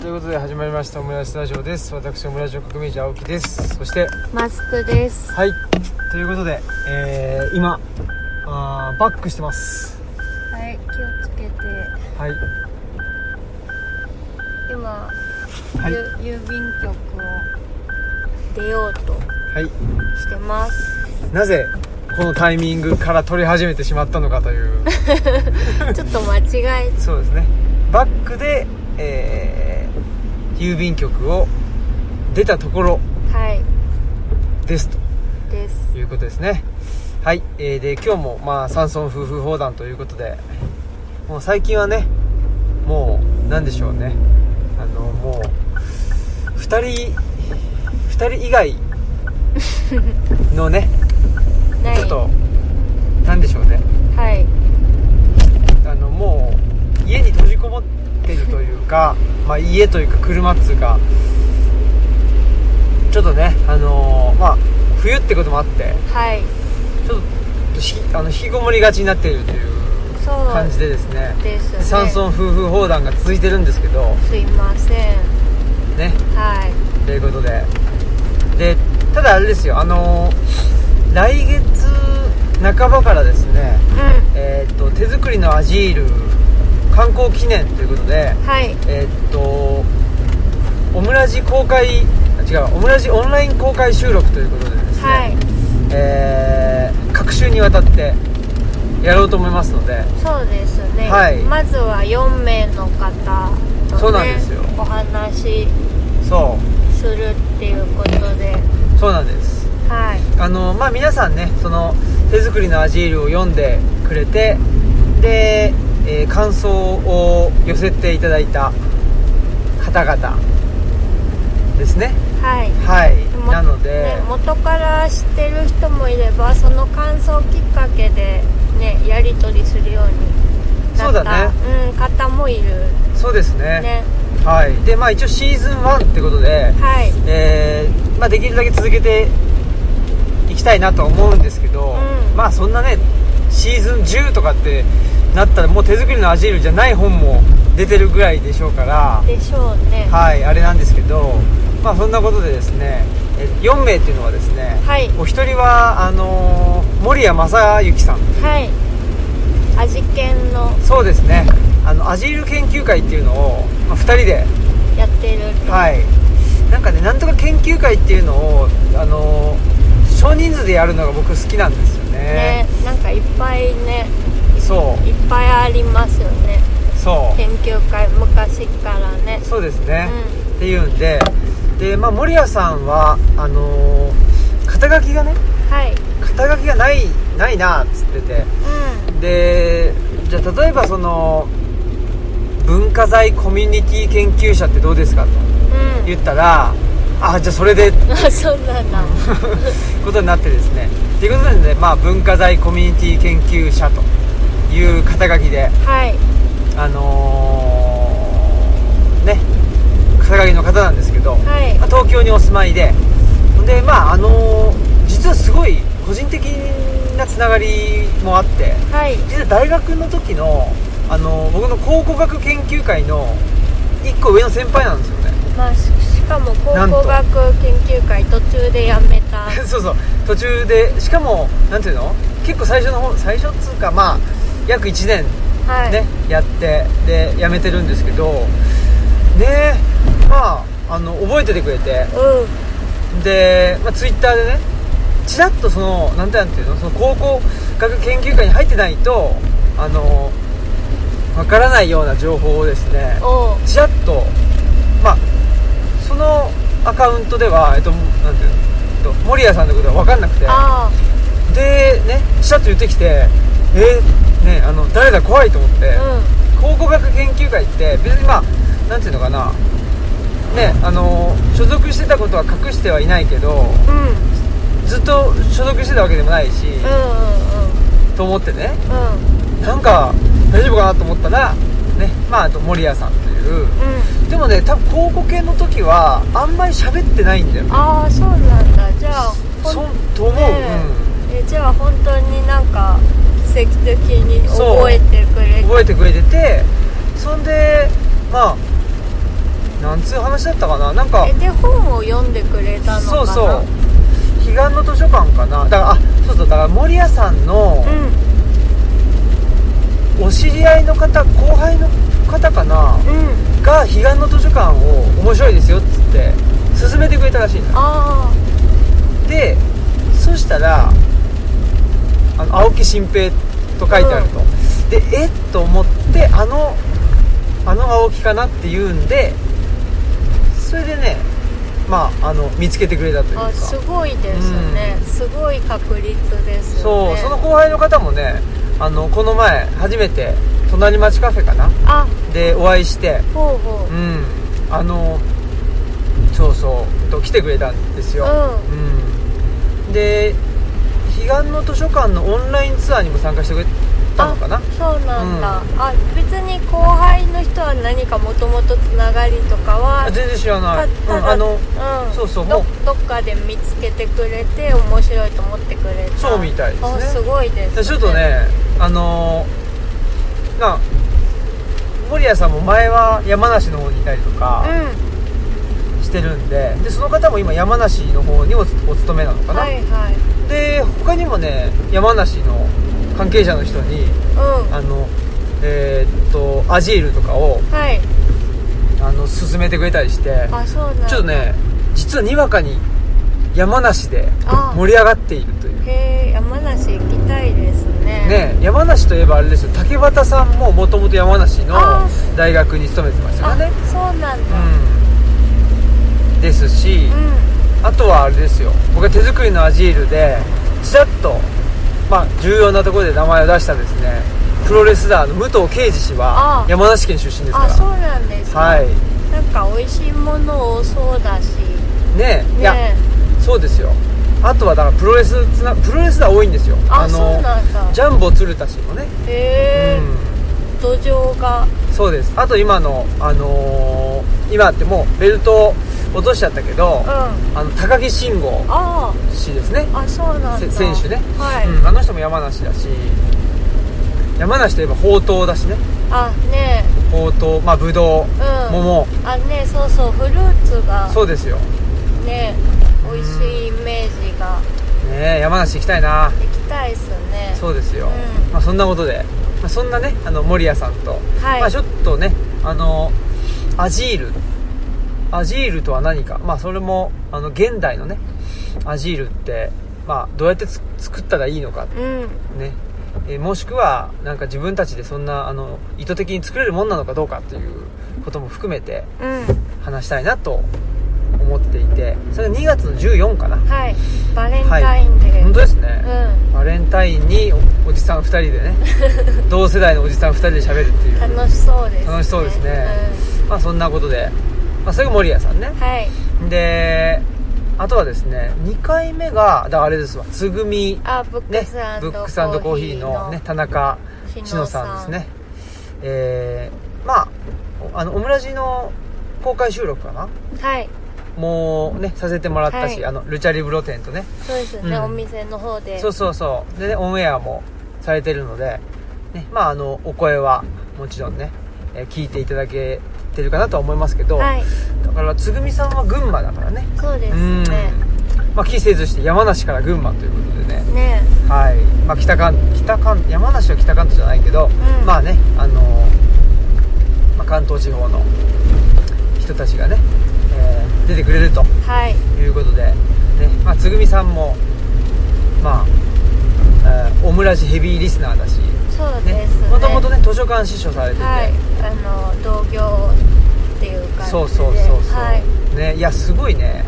ということで始まりましたオムライスラジオです私オムライスの革命児青木ですそしてマスクですはいということで、えー、今あーバックしてますはい気をつけてはい今、はいゆ郵便局を出ようとはいして ますなぜこのタイミングから撮り始めてしまったのかという ちょっと間違えそうですねバックで、えー、郵便局を出たところはいですとですいうことですねはい、えーで今日もまあ山村夫婦砲弾ということでもう最近はねもう何でしょうねあのもう2人2人以外のねないちょっと何でしょうねはいあのもう家に閉じこもってるというか まあ家というか車っつうかちょっとねあのーまあ冬ってこともあってはいちょっとひあの引きこもりがちになっているという感じそでですねうですね山村夫婦砲弾が続いてるんですけどすいませんねはいということででただあれですよあのー来月半ばからですねうえーっと手作りのアジール観光記念ということでんはいえーっとオムラジ公開あ違うオムラジオンライン公開収録ということでですね、はいえー各週にわたってやろうと思いますのでそうですね、はいまずは4名の方と、ね、そうなんですよお話しそするっていうことでうそうなんですはいあのまあ皆さんねその手作りのアジールを読んでくれてで、えー感想を寄せていただいた方々ですねはいはいもなので、ね、元から知ってる人もいればその感想きっかけでねやり取りするようになそうっただねうん、方もいるそうですねねはいでまあ一応シーズン1ってことで、はいえーまあ、できるだけ続けていきたいなとは思うんですけど、うんまあそんなねシーズン10とかってなったらもう手作りのアジールじゃない本も出てるぐらいでしょうからでしょうねはいあれなんですけどまあそんなことでですねえ4名っていうのはですね、はいお一人はあのー森谷正幸さんはい味見のそうですねあのアジール研究会っていうのを、まあ、2人でやってるはい、なんかねなんとか研究会っていうのをあの少人数でやるのが僕好きなんですよねねなんかいっぱいねそいっぱいありますよねうそ研究会昔からねうそうですね、うっていうんでで、まあ、森谷さんはあの肩書きがねはい肩書きがないないなっつっててうでじゃあ例えばその文化財コミュニティ研究者ってどうですかとんうん言ったらあじゃあそれであ そうなんだことになってですねということで、ねまあ、文化財コミュニティ研究者という肩書きではいあのーね肩書きの方なんですけど、はいまあ東京にお住まいででまああのー実はすごい個人的なつながりもあってはい実は大学の時の、あのー僕の考古学研究会の1個上の先輩なんですよねまあ、ししかも考古学研究会途中でやめた そうそう途中でしかもなんていうの結構最初の方最初っつうかまあ約1年はい、ね、やってでやめてるんですけどねまああの覚えててくれてうんで、まあ、ツイッターでねちらっとそのなんてなんていうのその高校学研究会に入ってないとあのわからないような情報をですねおうちらっとまあそのアカウントではえっとなんていうのえっと守屋さんのことが分かんなくてあでねちらっと言ってきてえーねあの誰だ怖いと思って、あう考古学研究会って別にまあなんていうのかなねあの所属してたことは隠してはいないけどんうんうんずっと所属してたわけでもないし、と思ってねうんうんなんか大丈夫かなと思ったらねまああと守屋さんといううんでもね多分考古系の時はあんまり喋ってないんだよねああそうなんだじゃあほんそうと思う、ねえじゃあ本当になんか奇跡的にそう覚えてくうれん、覚えてくれててそんでまあなんつう話だったかななんかえで本を読んでくれたのかなそうそう彼岸の図書館かなだからあそうそうだから守屋さんのうお知り合いの方後輩の方かなんうんが彼岸の図書館を面白いですよっつって勧めてくれたらしいのよあでそしたらあの青木新平と書いてあると、でえっと思ってあのあの青木かなって言うんでそれでねまああの見つけてくれたというあかあすごいですね、すごい確率ですそよねうその後輩の方もねあのこの前初めて隣町カフェかなあでお会いしてほうほううんあのそうそうと来てくれたんですよ、ううんで彼岸の図書館のオンラインツアーにも参加してくれたのかなそうなんだ、あ別に後輩の人は何かもともとつながりとかはあ全然知らない、うん、ただあのうんそうそうどもどっかで見つけてくれて面白いと思ってくれたそうみたいですねあすごいです、ね、ちょっとねあのまあ守屋さんも前は山梨の方にいたりとかうしてるんで,、でその方も今山梨の方におお勤めなのかんな、はいはいで他にもね山梨の関係者の人にうんあのえーっとアジールとかをはいあの勧めてくれたりしてあそうなんだちょっとね実はにわかに山梨であ盛り上がっているというへえ山梨行きたいですねね山梨といえばあれですよ竹端さんももともと山梨のあ大学に勤めてましたかあらねそうなんだうんですしうん、あとはあれですよ僕は手作りのアジールでちらっとまあ重要なところで名前を出したですねプロレスラーの武藤敬司氏はあ山梨県出身ですかあそうらなんですねはいなんか美味しいもの多そうだしねいやねそうですよあとはだからプロレスつなプロレスラー多いんですよあそうなんだジャンボ鶴田氏もね、へえ、う土壌がん、そうですあと今のあのー今ってもうベルトを落としちゃったけど、うんああの高木慎吾あ氏ですねあそうなんせだ選手ね、はい、うん、あの人も山梨だし山梨といえばほうとうだしねあねほうとうまあぶどえううん桃、あねそうそうフルーツがそうですよね美味しいイメージがねえ山梨行きたいなできたいっすねそうですよ、うんまあ、そんなことで、まあ、そんなねあの守屋さんとはい、まあ、ちょっとねあのアジールアジールとは何かまあそれもあの現代のねアジールって、まあ、どうやってつ作ったらいいのかうんねえーもしくはなんか自分たちでそんなあの意図的に作れるもんなのかどうかっていうことも含めてうん話したいなと思っていてそれが2月の14かなはいバレンタインデー、本当ですね、うバレンタインにおおじさん2人で ね同世代のおじさん2人で喋るっていうん楽しそうですね楽しそうですねまあそんなことで、まあ、それが守屋さんねうん、はいであとはですね2回目がだからあれですわつぐみあブッねクサンブドックサンドコーヒーの、ね、田中篠志乃さんですねえー、まあおあのオムラジの公開収録かなはいもうねさせてもらったし、はいあのルチャリブロ店とねそうですね、うんお店の方でそうそうそうでねオンエアもされてるので、ね、まああのお声はもちろんね、えー聞いていただけてるかなとは思いますけど、はいだからつぐみさんは群馬だからねそうでうすんねまあ季節として山梨から群馬ということでねねはい、まあ、北関北関山梨は北関東じゃないけど、んまあねあのまあ、関東地方の人たちがね、えー出てくれるとはいいうことで、ねまあ、つぐみさんもまあ、えーオムラジヘビーリスナーだしそうねですねもともとね図書館司書されてて、はいあの同業っていう感じでそうそうそうそう、はいねいやすごいね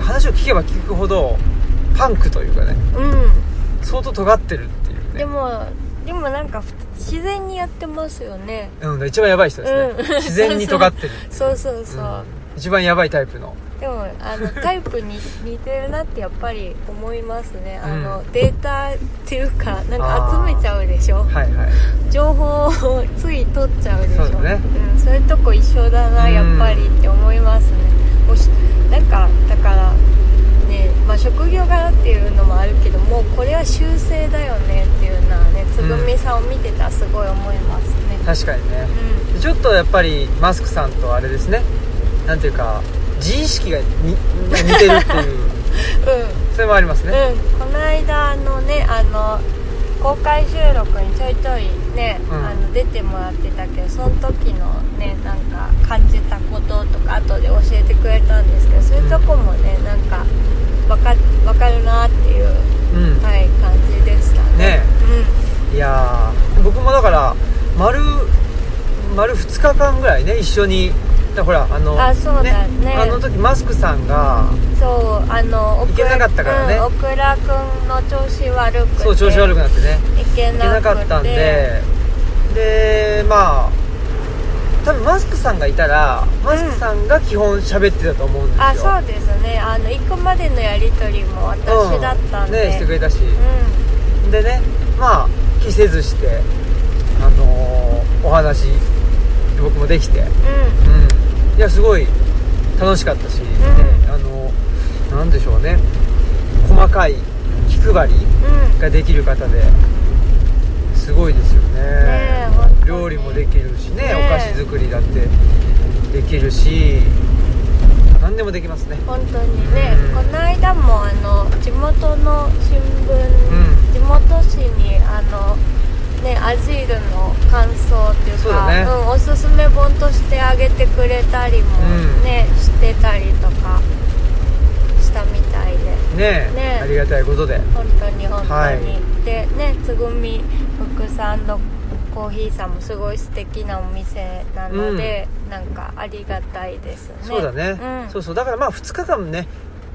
話を聞けば聞くほどパンクというかねう相当尖ってるっていうねんでもでもなんかふ自然にやってますよねうん、一番やばい人ですね、うん自然に尖ってるそうそうう そんう、一番やばいタイプのでもあ のタイプに似てるなってやっぱり思いますねあの、うデータっていうかなんあかー集めちゃうでしょはいはい情報をつい取っちゃうでしょそうだねうん、そういうとこ一緒だなうんやっぱりって思いますね、もしなんかだからね、まあ、職業柄っていうのもあるけどもうこれは修正だよねっていうのはねつぐみさんを見てたらすごい思いますね確かにねうちょっとやっぱりマスクさんとあれですねん、なんていうか自意識がに似てるっていう うそれもありますねん、うん、この間あのねあの公開収録にちょいちょいね、うんあの出てもらってたけどその時のねなんか感じたこととか後で教えてくれたんですけどそういうとこもねなんかわかわかるなっていうう、ん、はい、感じでしたねねいやー僕もだから丸丸2日間ぐらいね一緒にだからほらあのあそうだねあの時マスクさんがうんそうあのオク行けなかったからねうん、オクラくんの調子悪くてそう調子悪くなってね行け行けななくてかったんででまあ多分マスクさんがいたらマスクさんが基本喋ってたと思うんですよ、あそうですねあの行くまでのやり取りも私だったんで、うねしてくれたし、うでねまあ着せずしてあのーお話僕もできてんうんうんいやすごい楽しかったし、んねあのなんでしょうね細かい気配りうんができる方ですごいですよねねえ本当に料理もできるしねねえお菓子作りだってできるし何でもできますね本当にね、うんこの間もあの地元の新聞、うん地元紙にあのねアジールの感想っていうそうかだねん、おすすめ本としてあげてくれたりもうんね、してたりとかしたみたいでねえねえありがたいことで本当に本当に、はいでねつぐみ福さんのコーヒーさんもすごい素敵なお店なので、なんかありがたいですねそうだね、うん、そうそうだからまあ2日間ね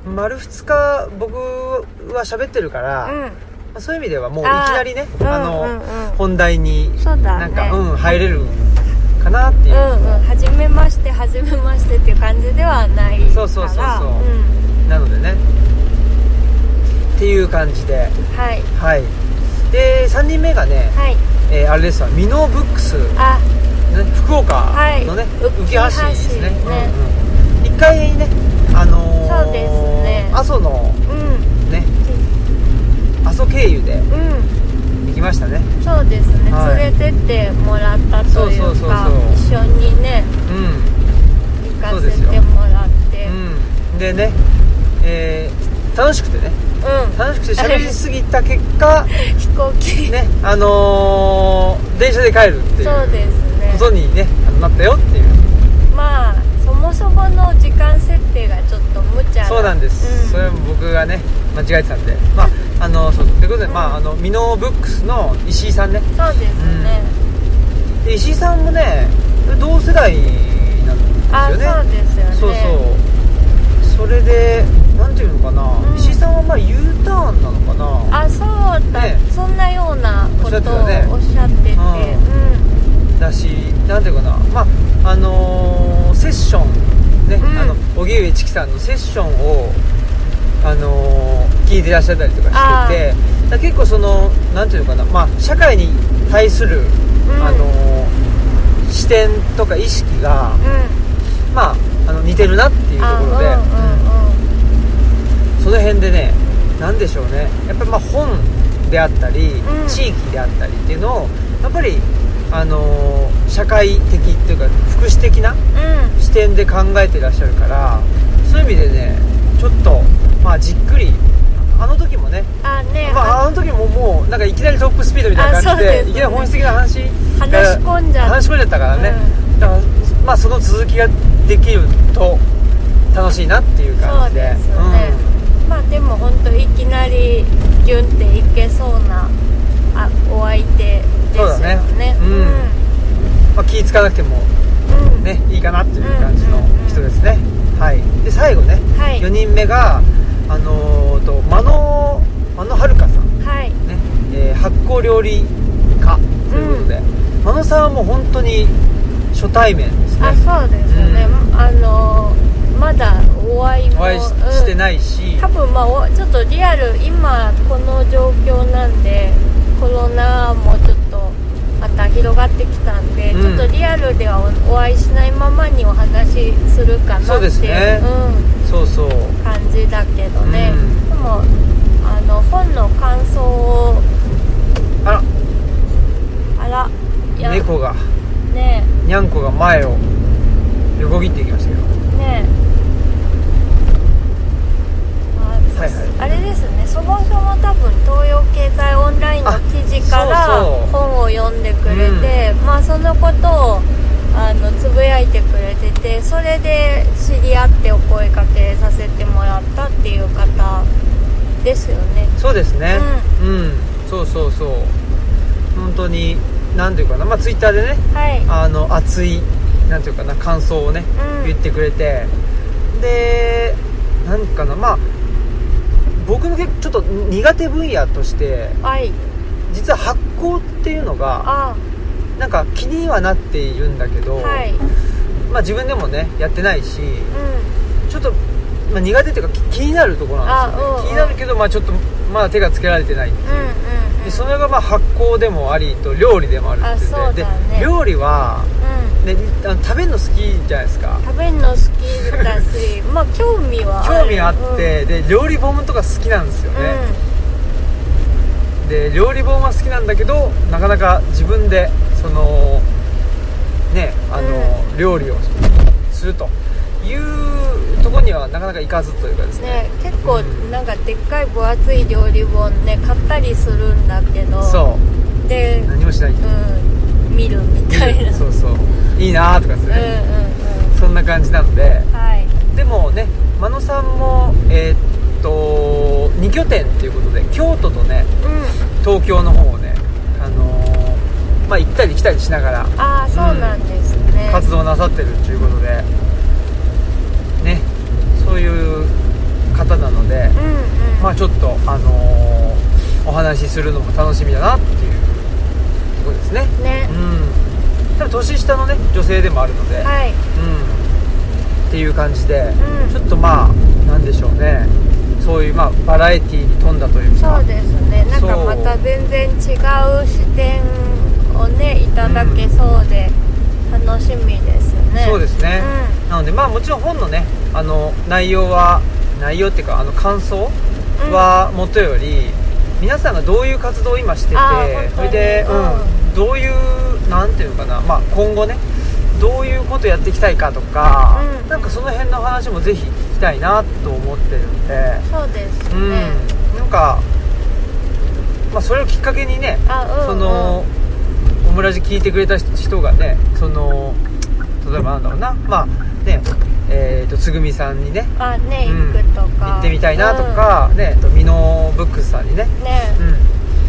丸2日僕は喋ってるから、うまんあそういう意味ではもういきなりねうんあの、うんうん本題にそうだなねんか、うん入れるかなっていうう、んうん初めまして初めましてっていう感じではないからそうそうそうそうんなのでねっていう感じではいはいで3人目がね、はいえーあれですわミノーブックス、ね、あ福岡のね、はい浮き橋ですね浮橋ねうんうん一回ねあのーそうですね阿蘇のうんね阿蘇経由でうん行きましたねそうですね、はい連れてってもらったというかそうそうそうそう一緒にねう行そかうでせすよてもらってうんん、うん、でね、えー楽しくてね楽しくて喋りすぎた結果飛行機、ねあのー電車で帰るっていうそうですねことに、ね、あのなったよっていうまあそもそもの時間設定がちょっと無茶そうなんです、それも僕がね間違えてたんでまああのそうということで、うんまああのミノーブックスの石井さんねそうですね、で石井さんもね同世代なんあですよそうねですよねそうそうそれでなんていうのかな、うん石井さんはまあ U ターンなのかなあそうだ、ねそんなようなことをおおっしゃってて、たねだしなんていうかなまああのーセッションね、うんあの荻上チキさんのセッションをあのー聞いてらっしゃったりとかしててだから結構そのなんていうのかなまあ社会に対する、うんあのー視点とか意識がうんうんまああの似てるなっていうとあころで、うんうんその辺でね何でしょうねやっぱりまあ本であったり、うん地域であったりっていうのをやっぱり、あのー社会的っていうか福祉的なうんうん視点で考えてらっしゃるからそういう意味でねちょっと、まあ、じっくりあの時もね、あね、まあ、あの時ももうなんかいきなりトップスピードみたいな感じあでそうですねいきなり本質的な話話し込んじゃっ話し込んじゃったからね、だから、まあ、その続きができると楽しいなっていうそ感うじでですよね、まあでも本当いきなりギュンっていけそうなあお相手ですそうよだねねうんうんまあ、気ぃつかなくてもうん、うんねいいかなっていう感じのうんうんうん人ですね、はいで最後ね、はい4人目があのー、と間野間野遥さんはいね、えー発酵料理家ということで、真野さんはもう本当に初対面ですねあそうですよね、うあのまだお会いもお会いし,、うんてないし多分まあおちょっとリアル今この状況なんでコロナもちょっとまた広がってきたんで、うんちょっとリアルではおお会いしないままにお話しするかなってそうですねう、そうそうん感じだけどね、うんでもあの本の感想をああらいら猫がねにゃんこが前を横横切っていきましたけどねえあはいはいあれですねそもそも多分東洋経済オンラインの記事からあそうそう本を読んでくれてまあそのことをあのつぶやいてくれててそれで知り合ってお声かけさせてもらったっていう方ですよねそうですねうん、そうそうそう本当に何ていうかなまあツイッターでねはいあの熱いなんていうかな感想をね、うん言ってくれてで何かなまあ僕も結構ちょっと苦手分野としてはい実は発酵っていうのがあなんか気にはなっているんだけど、はいまあ自分でもねやってないしうちょっと、まあ、苦手っていうかき気になるところなんですよあうねんうん気になるけどまあちょっとまだ手がつけられてないんうんうんうんでそれがまあ発酵でもありと料理でもあるっていあそううでだねで料理は、うんね、あの食べるの好きじゃないですか食べるの好き だしまあ興味は興る味あって、で料理本とか好きなんですようん、ね、で料理本は好きなんだけどなかなか自分でそのねあの、料理をするというとこにはなかなか行かずというかですうんねね結構なんかでっかい分厚い料理本ね買ったりするんだけどそうでう何もしない、うん見るみたいなそうそういいなーとかですうんうんね、うそんな感じなのでんはいでもね真野さんもえーっと2拠点っていうことで京都とねうん東京の方をねあのーまあ行ったり来たりしながらああそうなんですね、活動なさってるっていうことでねそういう方なので、うんうんまあちょっとあのーお話しするのも楽しみだなっていうところですねねうん多分年下のね女性でもあるので、はいうんっていう感じで、うんちょっとまあなんでしょうねそういうまあバラエティーに富んだというかそうですねなんそかうまた全然違う視点をねいただけそうで楽しみですね、そうですね、うなのでまあもちろん本のねあの内容は内容っていうかあの感想うんはもとより、皆さんがどういう活動を今しててあー本当にそれで、うんどういうなんていうのかな、まあ、今後ねどういうことやっていきたいかとか、うんなんかその辺の話もぜひ聞きたいなと思ってるんで、そうですうんね、なんか、まあ、それをきっかけにねあうんうんそのオムラジ聞いてくれた人がねその例えばなんだろうなまあねえー、とつぐみさんにねあねうん行くとか、行ってみたいなとか、ねえっとミノブックスさんにね、うん、ね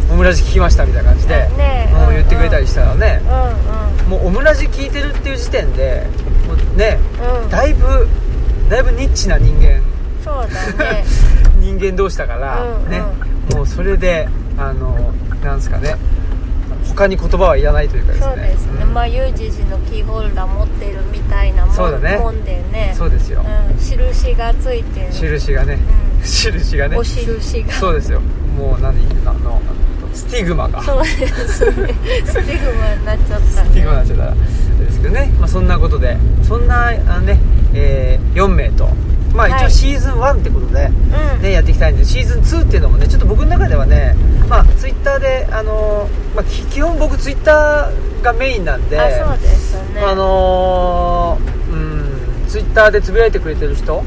うん、オムラジ聞きましたみたいな感じで、ねもううん言ってくれたりしたらねう、んもうオムラジ聞いてるっていう時点でもうねうんうんだいぶだいぶニッチな人間そうだね 人間同士だから、うんうんねもうそれであのなんですかね他に言葉はいらないというかですねそうですね、うんまあユージ氏のキーホルダー持ってるみたいなもんそうだねもんでねそうですよ、うん、印がついてる、印がね、 印がうん、ねお印がそうですよもう何あのスティグマがそうですねスティグマになっちゃったねスティグマになっちゃったらあれですけどね、まあ、そんなことでそんなあのね、えー4名とまあ一は応いシーズン1ってことで、うんね、やっていきたいんでシーズン2っていうのもねちょっと僕の中ではねまあツイッターであのーまあ、き基本僕ツイッターがメインなんであそうですねあのーうんツイッターでつぶやいてくれてる人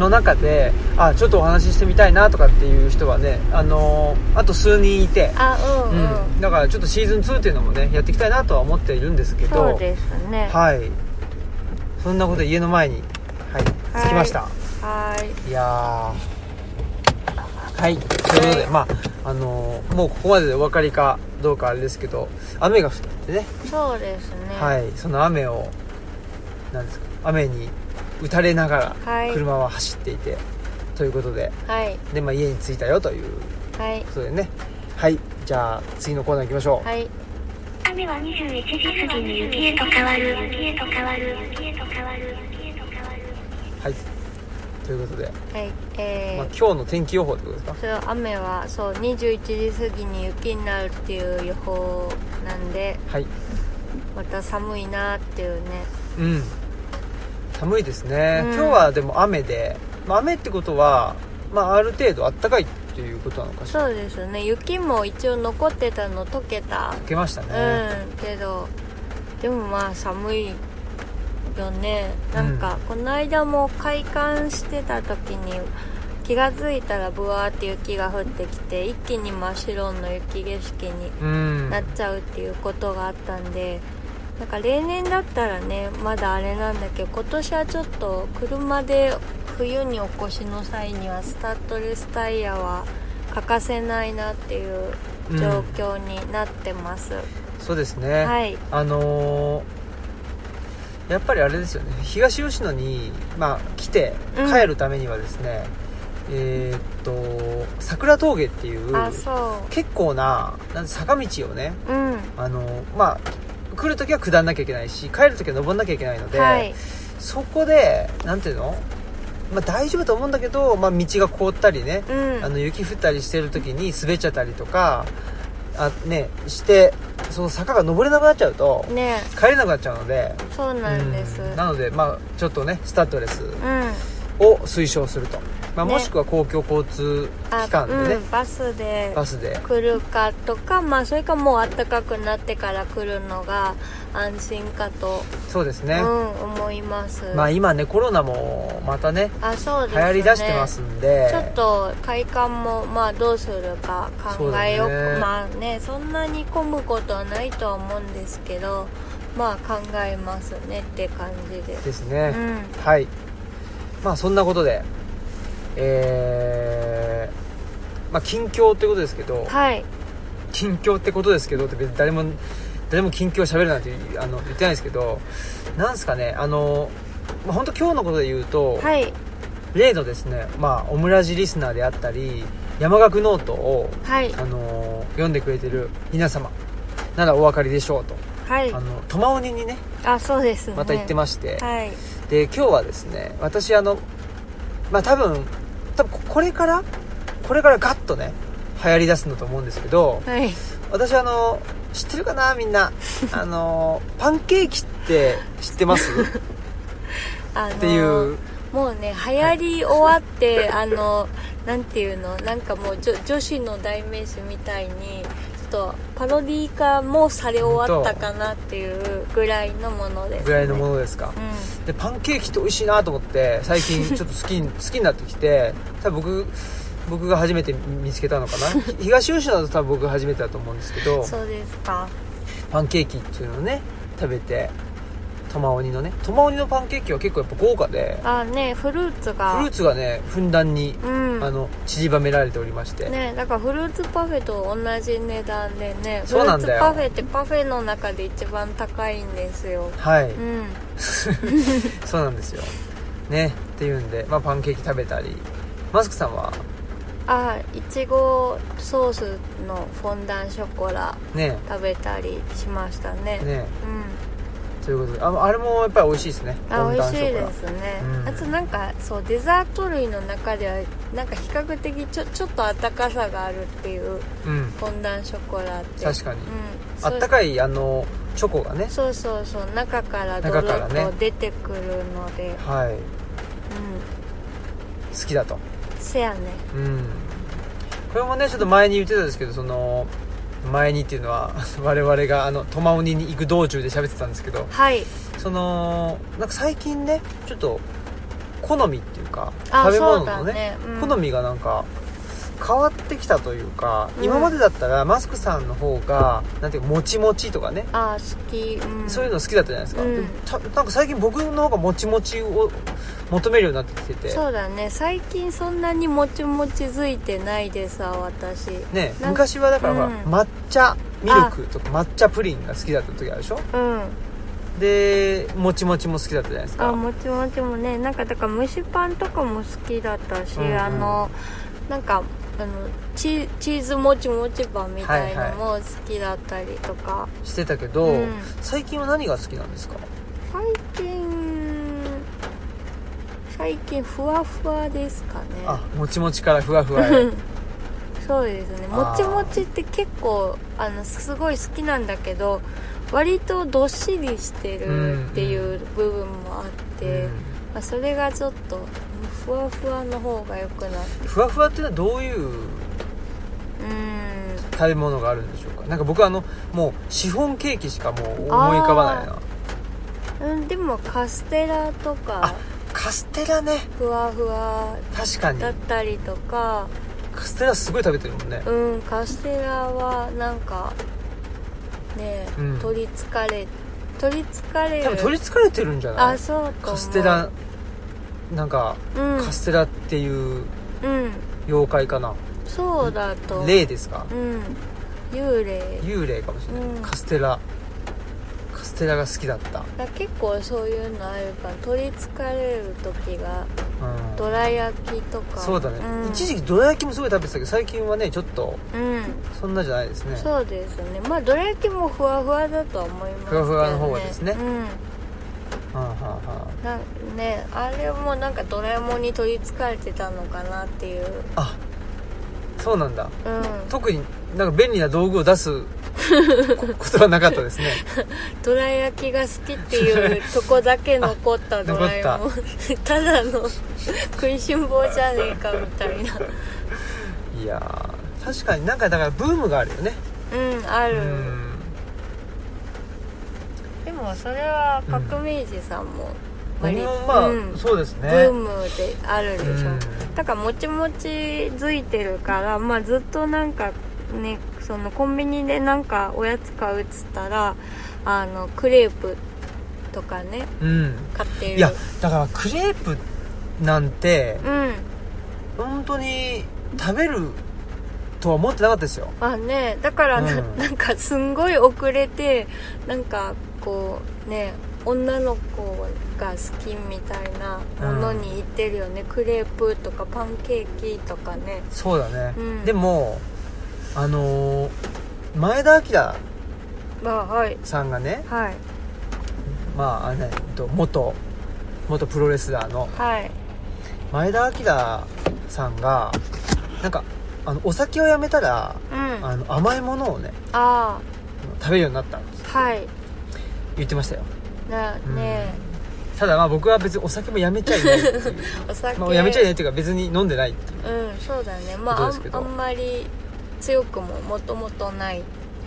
の中であちょっとお話ししてみたいなとかっていう人はねあのーあと数人いてあうんうん、うん、だからちょっとシーズン2っていうのもねやっていきたいなとは思っているんですけどそうですねはいそんなことで家の前にはい着きました、はーいいやーはいということでまああのーもうここまででお分かりかどうかあれですけど雨が降ってねそうですねはいその雨をなんですか雨に打たれながはらい車は走っていて、ということではいで、まあ、家に着いたよというこはいとでねはいじゃあ次のコーナー行きましょう、はい雨は21時過ぎに雪へと変わる雪へと変わる雪へと変わる雪へと変わるはい。ということで、はいまあ、え今日の天気予報ってことですかー、そう雨はそう21時過ぎに雪になるっていう予報なんではい。また寒いなっていうねうん。寒いですね。うん今日はでも雨で、まあ、雨ってことは、まあ、ある程度暖かいっていうことなのかしら。そうですね雪も一応残ってたの溶けた受けましたうね。んけどでもまあ寒いよねなんか、この間も開館してた時に気が付いたらブワーって雪が降ってきて一気に真っ白の雪景色にうんなっちゃうっていうことがあったんでなんか例年だったらねまだあれなんだけど今年はちょっと車で冬にお越しの際にはスタッドレスタイヤは欠かせないなっていう状況になってます、そうですね、はいあのーやっぱりあれですよね東吉野に、まあ、来てうん帰るためにはですね、えーっと桜峠っていうあそう結構ななんて坂道をねうんあのーまあ来るときは下んなきゃいけないし帰るときは登んなきゃいけないので、はいそこでなんていうの、まあ、大丈夫と思うんだけど、まあ、道が凍ったりね、うんあの雪降ったりしてる時に滑っちゃったりとかあ、ね、してその坂が登れなくなっちゃうとね帰れなくなっちゃうのでそうなんですううんんなので、まあ、ちょっとねスタッドレスを推奨すると、まあ、ねもしくは公共交通あ機関でねうん、バスでバスで来るかとかまあそれかもう暖かくなってから来るのが安心かとそうですねう、ん、思います。まあ、今ねコロナもまたねあ、そうです流ね。行りだしてます。んでちょっと快感もまあどうするか考えよそううだねまあねそんなに混むことはないとは思うんですけどまあ考えますねって感じです。ですね、うんはいまあそんなことでえーまあ近況ってことですけどはい近況ってことですけどって別に誰も誰も近況喋るなんてあの言ってないですけどなんですかねあの、まあ、本当今日のことで言うと、はい例のですねまあオムラジリスナーであったり山岳ノートをはいあの読んでくれてる皆様ならお分かりでしょうと、はいあのトマオニにねあそうですね。また行ってまして、はいで今日はですね私あのまあ多分多分これからこれからガッとね流行り出すんだと思うんですけどはい私あの知ってるかなみんなあのパンケーキって知ってますあのっていうもうね流行り終わって、あのなんていうのなんかもう女女子の代名詞みたいにちょっとパロディー化もされ終わったかなっていうぐらいのものです、ね、ぐらいのものですかうでパンケーキって美味しいなと思って最近ちょっと好きに 好きになってきて多分僕僕が初めて見つけたのかなひ 東吉野だと多分僕が初めてだと思うんですけどんそうですかパンケーキっていうのをね食べてトマオニのねトマオニのパンケーキは結構やっぱ豪華であねフルーツがフルーツがねふんだんに、うんあの縮ばめられておりまして、ねだからフルーツパフェと同じ値段でねフそルうなーんツだよパフェってパフェの中で一番高いんですよはい、うんそうなんですよねっていうんで、まあ、パンケーキ食べたりマスクさんはあいちごソースのフォンダンショコラね食べたりしましたねねうんということでああれもやっぱり美味しいですねあ温美暖味しい色がですね、うんあとなんかそうデザート類の中ではなんか比較的ちょちょっとあったかさがあるっていううんフォンダンショコラって確かにうん、あったかかいあのチョコがねそうそうそう中からドロ中からねッと出てくるので、はいうん好きだとせやねうんこれもねちょっと前に言ってたんですけどその前にっていうのは 我々があのトマオニに行く道中で喋ってたんですけどはいそのなんか最近ねちょっと好みっていうかあ食べ物のそうねだねうん好みがなんか変わってきたというか、うん今までだったらマスクさんの方がなんていうかもちもちとかね、あ好き、うん、そういうの好きだったじゃないですか、うんたなんか最近僕の方がもちもちを求めるようになってきててそうだね最近そんなにもちもちづいてないでさ私ねなん昔はだからほら、うん抹茶ミルクとか抹茶プリンが好きだった時あるでしょうんでもちもちも好きだったじゃないですあかもちもちもねなんかだから蒸しパンとかも好きだったし、うんうんあのなんかあのチチーズもちもちパンみたいのも好きだったりとか、してたけど、うん最近は何が好きなんですか最近最近ふわふわですかねあもちもちからふわふわ へそうですねもあちーもちって結構あのすごい好きなんだけど割とどっしりしてるっていう部分もあって、うまあ、それがちょっとふわふわの方が良くなってんふわふわっていうのはどういううーん食べ物があるんでしょうかなんか僕はあのもうシフォンケーキしかもう思い浮かばないなうんでもカステラとかあカステラねふわふわ確かにだったりとかカステラすごい食べてるもんねうんカステラはなんかねえ、うん取りつかれ取りつかれる多分取りつかれてるんじゃなあいそうかもカステラなんかうんカステラっていううん妖怪かなそうだと霊ですかうん幽霊幽霊かもしれない、うんカステラカステラが好きだった、だ結構そういうのあるから取りつかれる時がうんどら焼きとかそうだね、ん一時期どら焼きもすごい食べてたけど最近はねちょっとうんそんなじゃないですねそうですねまあどら焼きもふわふわだとは思いますけど、ね、ふわふわの方がですねうんはんはんはんなねあれもなんかドラえもんに取りつかれてたのかなっていうあそうなんだうん特になんか便利な道具を出す こことはなかったですねどら焼きが好きっていうとこだけ残ったドラえもん ただの食いしん坊じゃねえかみたいないやー確かになんかだからブームがあるよねうんあうるんでもそれは革命児さんも僕割ともまあ、うんそうですねブームであるでしょ、うんだからもちもちづいてるから、まあ、ずっとなんかねそのコンビニでなんかおやつ買うっつったらあのクレープとかねうん買ってるいやだからクレープなんてうん本当に食べるとは思ってなかったですよまあねだからな,、うんん、なんかすんごい遅れてなんかこうね女の子が好きみたいなものに行ってるよね、クレープとかパンケーキとかねそうだね、うんでもあのー前田明まあはいさんがねはいまああのえっと元元プロレスラーのはい前田明さんがなんかあのお酒をやめたらうんああの甘いものをねあ食べるようになったってはい言ってましたよなねただまあ僕は別にお酒もやめちゃいないっていう えお酒、まあやめちゃいないっていうか別に飲んでないっていううんそうだねまどあうあですけんどあんまり強くももともとない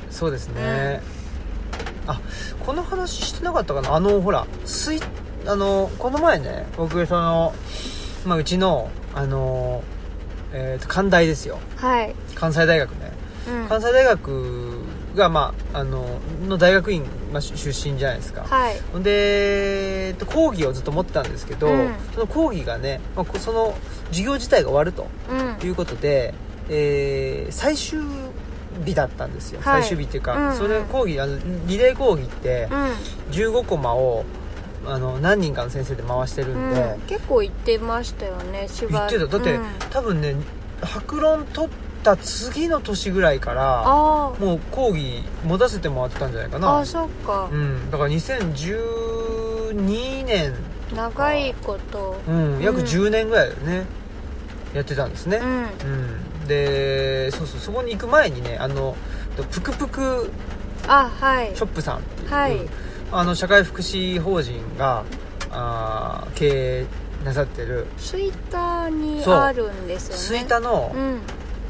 そうですね、あこの話してなかったかなあのほらスイあのこの前ね僕その、まあ、うちのあの、えー、と関大ですよはい、関西大学ねうん、関西大学がまああのの大学院、まあ、出出身じゃないですかはいほんで、えっと講義をずっと持ってたんですけど、うんその講義がね、まあこその授業自体が終わるとうんということで、えー最終日だったんですよ、はい最終日っていうか、うんうんそれ講義あのリレー講義って15コマをあの何人かの先生で回してるうんん、で、うん、結構行ってましたよねし言ばってただって、うん、多分ね博論取った次の年ぐらいからあーもう講義持たせてもらってたんじゃないかなあーそっかう、ん、だから2012年、長いことうん、約うん10年ぐらいだよね、やってたんですね、うんうん、でそうそうそこに行く前にねあのぷくぷくあはいショップさんっていう、はいうんあの社会福祉法人があー経営なさってるスイターにそうあるんです吹よね田の,、うん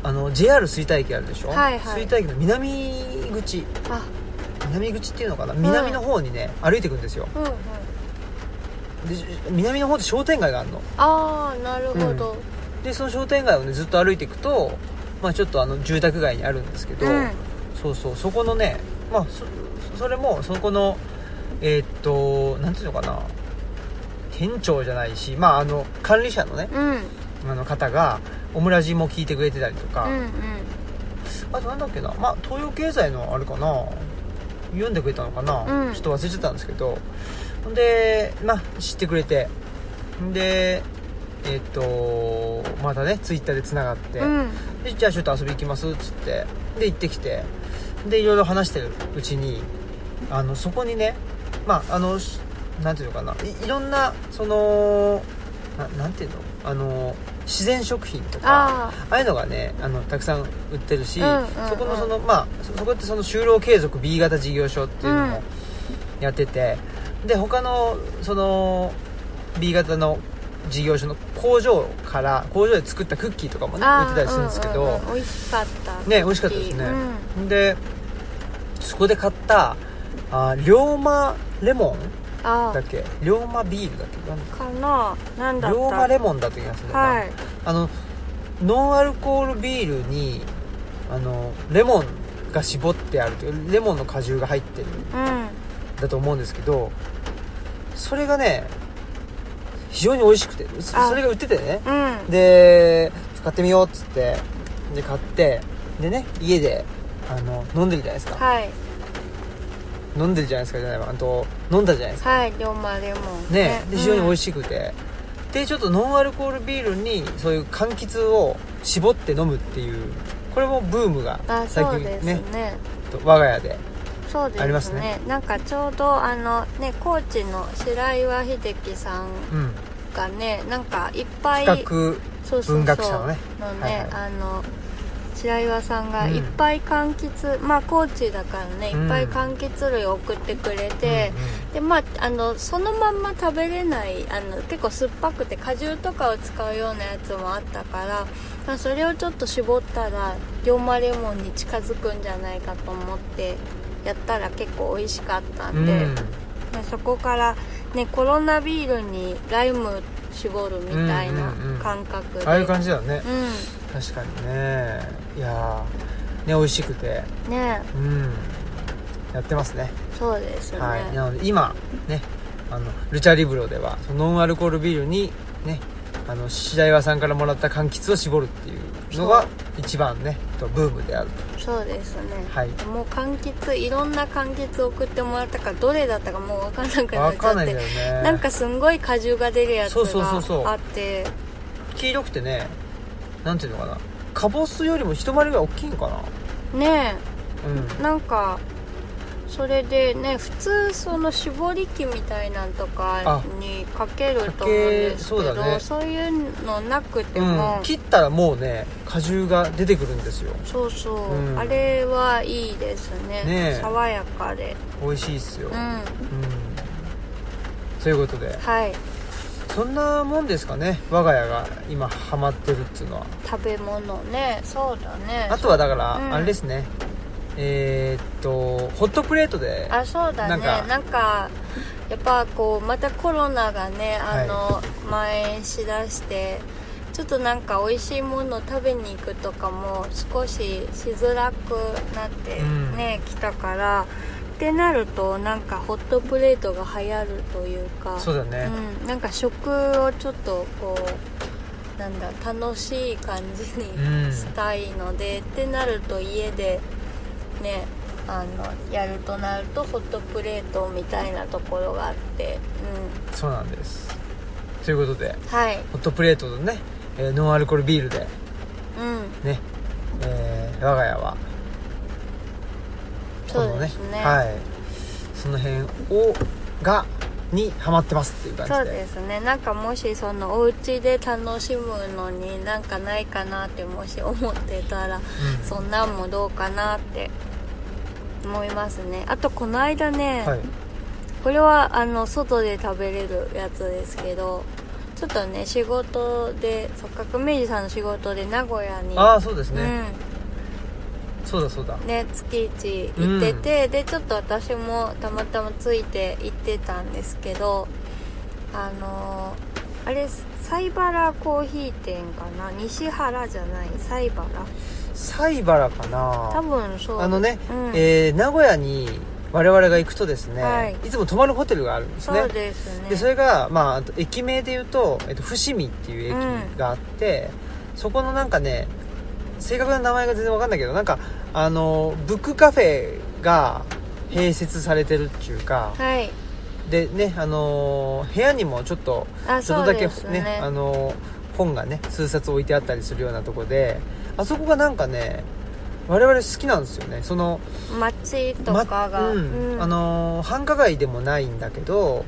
あの JR 吹田駅あるでしょ、はいはい吹田駅の南口あ南口っていうのかな南の方にね、歩いていくんですようんうんで南の方で商店街があるのああなるほど、でその商店街をねずっと歩いていくと、まあ、ちょっとあの住宅街にあるんですけど、うんそうそうそこのねまあそそれもそこのえーっとなんていうのかな店長じゃないしまああの管理者のねうん、うんあの方がオムラジも聞いてくれてたりとか、うんあとなんだっけなまあ東洋経済のあれかな読んでくれたのかな、うんちょっと忘れちゃったんですけどほんでまあ知ってくれてんでえーっとまたねツイッターでつながって、うんでじゃあちょっと遊び行きますっつってで行ってきてでいろいろ話してるうちにあのそこにねまああのしなんていうのかないいろんなそのななんていうのあの自然食品とかあああいうのがねあのたくさん売ってるし、うんうんうんそこのそのまあそそこってその就労継続 B 型事業所っていうのうもんやってて、で他のその B 型の事業所の工場から工場で作ったクッキーとかもね売あっーてたりするんですけど、うううん美味しかったね美味しかったですねうんでそこで買ったあー龍馬レモンあだっけ龍馬ビールだっけなんかななんだだっ龍た馬レモンだと言いますね、はいあのノンアルコールビールにあのレモンが絞ってあるというレモンの果汁が入ってるうんだと思うんですけどそれがね非常に美味しくてそあそれが売っててねうんで買ってみようっつってで買ってでね家であの飲んでるじゃないですか、はい飲んでるじゃないですかじゃないわあと飲んだじゃないですかはい龍馬レモンねで非常に美味しい、しくて、でちょっとノンアルコールビールにそういう柑橘を絞って飲むっていうこれもブームがうんあ最そう近ですねねと我が家でそうですねありますねなんかちょうどあのね高知の白岩秀樹さんうんがねなんかいっぱい企画そうそうそう文学者のねのねはいはあの白岩さんうがんいっぱい柑橘、まあ高知だからねうんいっぱい柑橘類を送ってくれてうん、うんでまあ、あのそのまんま食べれないあの結構酸っぱくて果汁とかを使うようなやつもあったから、まあ、それをちょっと絞ったら龍馬レモンに近づくんじゃないかと思ってやったら結構美味しかったんで、うんまあそこから、ね、コロナビールにライム絞るみたいなうんうんうん感覚で、ああいう感じだよね、う確かにねいやーね美味しくてんねうんやってますねそうですね、はいなので今ねあのルチャリブロではそのノンアルコールビールにねあの白岩さんからもらった柑橘を絞るっていうのがそう一番ねとブームであるそうですねとはいもう柑橘いろんな柑橘送ってもらったからどれだったかもう分かんなくなっ分ちかゃっんてないんだよねなんかすんごい果汁が出るやつそうそうそうそうがあって黄色くてねなんていうのかなカボスよりも一回りが大きいのかなねうんえなんかそれでね普通その絞り器みたいなんとかにかけると思うんですけかけそどうだそう,、ねいうのなくてうも、ん、切ったらもうね果汁が出てくるんですよそうそう、うんあれはいいですねねえ爽やかで美味しいっすよ、ううんん、はということでいそんなもんですかね我が家が今ハマってるっつうのは食べ物ねそうだねあとはだから、うんあれですねえーっとホットプレートであそうだねななんんかかやっぱこうまたコロナがねあの、蔓延しだしてちょっとなんか美味しいものを食べに行くとかも少ししづらくなってうんね、きたからってなるとなんかホットプレートが流行るというかそうだね、うん、なんか食をちょっとこうなんだ楽しい感じうんにしたいので、ってなると家でねあのやるとなるとホットプレートみたいなところがあって、そうなんですということでうん、はい、ホットプレートとね、えーノンアルコールビールでうん、ね、えー我が家はこそのうねですね、はいその辺をがにハマってますっていうそ感うじでですねなんかもしそのお家で楽しむのになんかないかなってもし思ってたらうんそんなんもどうかなって思いますねあとこの間ね、はいこれはあの外で食べれるやつですけどちょっとね仕事でせっかく明治さんの仕事で名古屋にああそうですね、そうだそうだうん、ね月一行ってて、でちょっと私もたまたまついて行ってたんですけどあのーあれサイバラコーヒー店かな西原じゃないサイバラ西原か多な分そうあのね、うんえー名古屋に我々が行くとですね、はいい、つも泊まるホテルがあるんですねそうですねでそれが、まああと、駅名で言うと、えっと、伏見っていう駅があって、そこのなんかね正確な名前が全然わかんないけどなんかあのブックカフェが併設されてるっていうか、はいでねあの部屋にもちょっとあちょっそうとだけでねすねあの本がね数冊置いてあったりするようなとこであそこがなんかね我々好きなんですよねその街とかが、まうんあのー繁華街でもないんだけど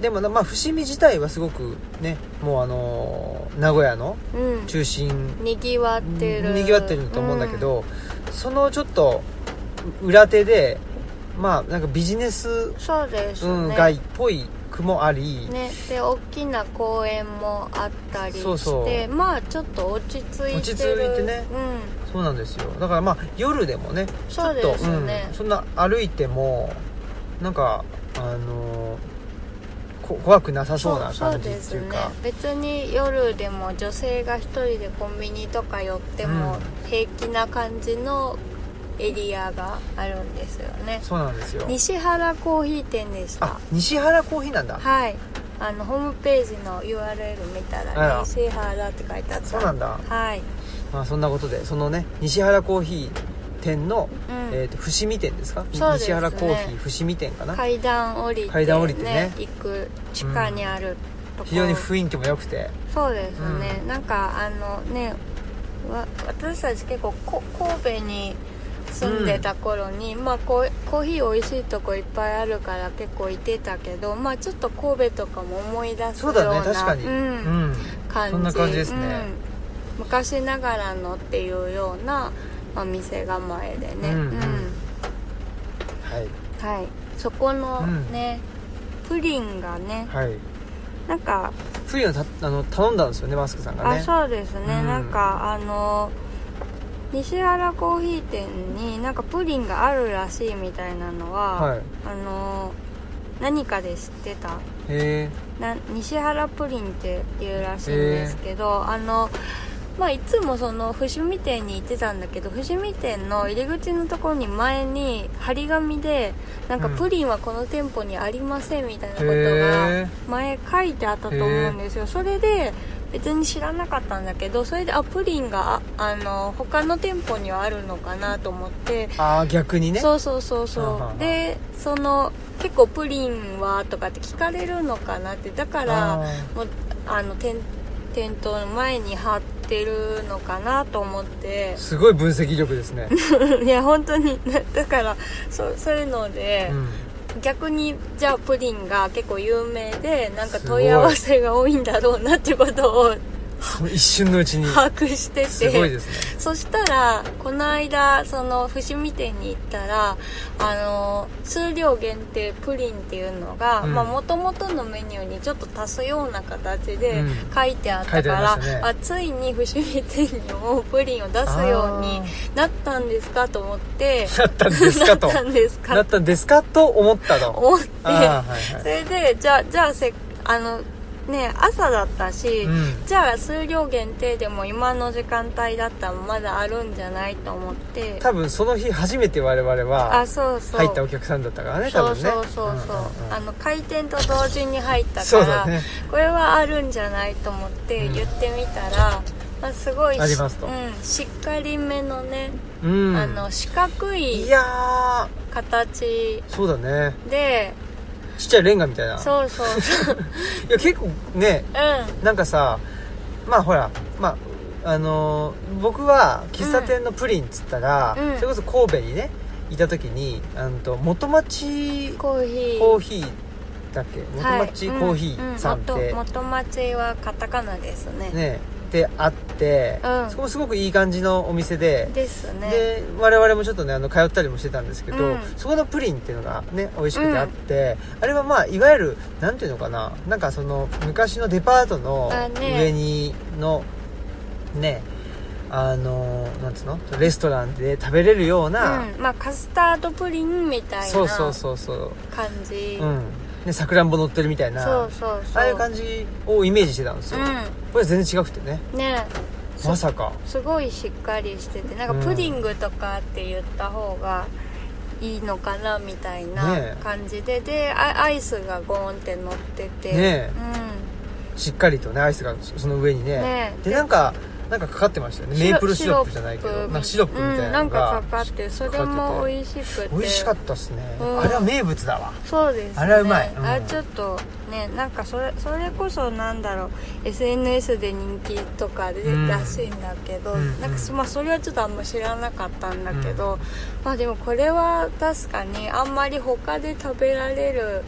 でもな、まあ、伏見自体はすごくねもうあのー名古屋のうん中心にぎわってるにぎわってると思うんだけ、ど、そのちょっと裏手でまあなんかビジネス、うんそうですね、うん、街っぽい区もあり、ねで大きな公園もあったりしてそうそうまあちょっと落ち着いてる落ち着いてねうんそうなんですよだからまあ夜でもねそうちょっとですねうん、そんな歩いてもなんかあのーこ怖くなさそうなそう感じっですていうねか別に夜でも女性が一人でコンビニとか寄っても平気な感じのエリアがあるんですよねそうなんですよ西原コーヒー店でしたあ西原コーヒーなんだはいあのホームページの URL 見たあらら西原って書いてあったそうなんだはい、まあそんなことでそのね西原コーヒー店の、うんえー、と伏見店ですかそうですね西原コーヒー伏見店かな、階段降りて,、ね、階段降りてね行く地下にあるところ、非常に雰囲気も良くてそうですね、うなんかあのねわ私たち結構こ神戸に住んでた頃に、まあこうコーヒー美味しいとこいっぱいあるから結構いてたけどまあちょっと神戸とかも思い出すよそううだねな確かにうんうん感じそんな感じですねうん昔ながらのっていうようなお店構えでね、うんうんはいはいそこのうんね、プリンがねはいなんか冬のたあの頼んだんですよねマスクさんがねあそうですね、うんなんかあの西原コーヒー店になんかプリンがあるらしいみたいなのは、はいあの何かで知ってたへえな西原プリンっていうらしいんですけど、あのまあいつもその伏見店に行ってたんだけど伏見店の入り口のところに前に張り紙でなんかうんプリンはこの店舗にありませんみたいなことへがえ前書いてあったと思うんですよそれで別に知らなかったんだけどそれであプリンがああの他の店舗にはあるのかなと思ってああ逆にねそうそうそはんうはんそはんうでその結構プリンはとかって聞かれるのかなってだからあもうあの店店頭の前に貼ってるのかなと思ってー すごい分析力ですね、いや本当に なだからそうそういうので、うん、逆にじゃあプリンが結構有名でなんかすごい問い合わせが多いんだろうなってことをその一瞬のうちに把握しててすごいですねそしたらこの間その伏見店に行ったらあの数量限定プリンっていうのがうんもともとのメニューにちょっと足すような形でうん書いてあっ書いたから、てありましたねあついに伏見店にもプリンを出すようになったんですかと思ってなったんですか となったんですかなったんですかと思ったと思ってあーはいはいそれでじゃあじゃあせあのね朝だったし、うんじゃあ数量限定でも今の時間帯だったらまだあるんじゃないと思って多分その日初めて我々はあそうそう入ったお客さんだったからね多そう分ねそうそうそう、んんんあの開店と同時に入ったそうかだら、ねこれはあるんじゃないと思ってうん言ってみたら、まあ、すごいしありますとうん、しっかりめのね、うんあの四角いいや形ーそうだねでちっちゃいレンガみたいないやそ うそうそう結構ねうなんかさまあほらまああのー僕は喫茶店のプリンっつったら、うんそれこそ神戸にねいた時にあのと元町んコーヒーコーヒーだっけ元はい町コーヒーさんって、うう元元町はカタカナですねねであって、うんそこもすごくいい感じのお店でですねで我々もちょっとねあの通ったりもしてたんですけど、うんそこのプリンっていうのがね美味しくてあって、あれはまあいわゆるなんていうのかななんかその昔のデパートのあね上にのねあのなんつうのレストランで食べれるような、うん、まあカスタードプリンみたいそうなそうそうそう感じうんねさくらんぼ乗ってるみたいなそうそうそうああいう感じをイメージしてたんですよ、これ全然違くてねうんねまさかすごいしっかりしててなんうんかプディングとかって言った方がいいのかなみたいなねえ感じで、でアアイスがゴーンって乗っててねしっかりとねアイスがそその上にねねえでなんかなんかかかってましたようねんメープルシロップじゃないけどシロなップんかシロップみたういんななのんが、かかかってそれも美味しくて美味しかったっすね、うんあれは名物だわそうです、ね、あれはうまいうんあれちょっとねなんかそれそれこそなんだろう SNS で人気とかでうんらしいんだけど、うんなんかそまあそれはちょっとあんま知らなかったんだけど、うまあでもこれは確かにあんまり他で食べられる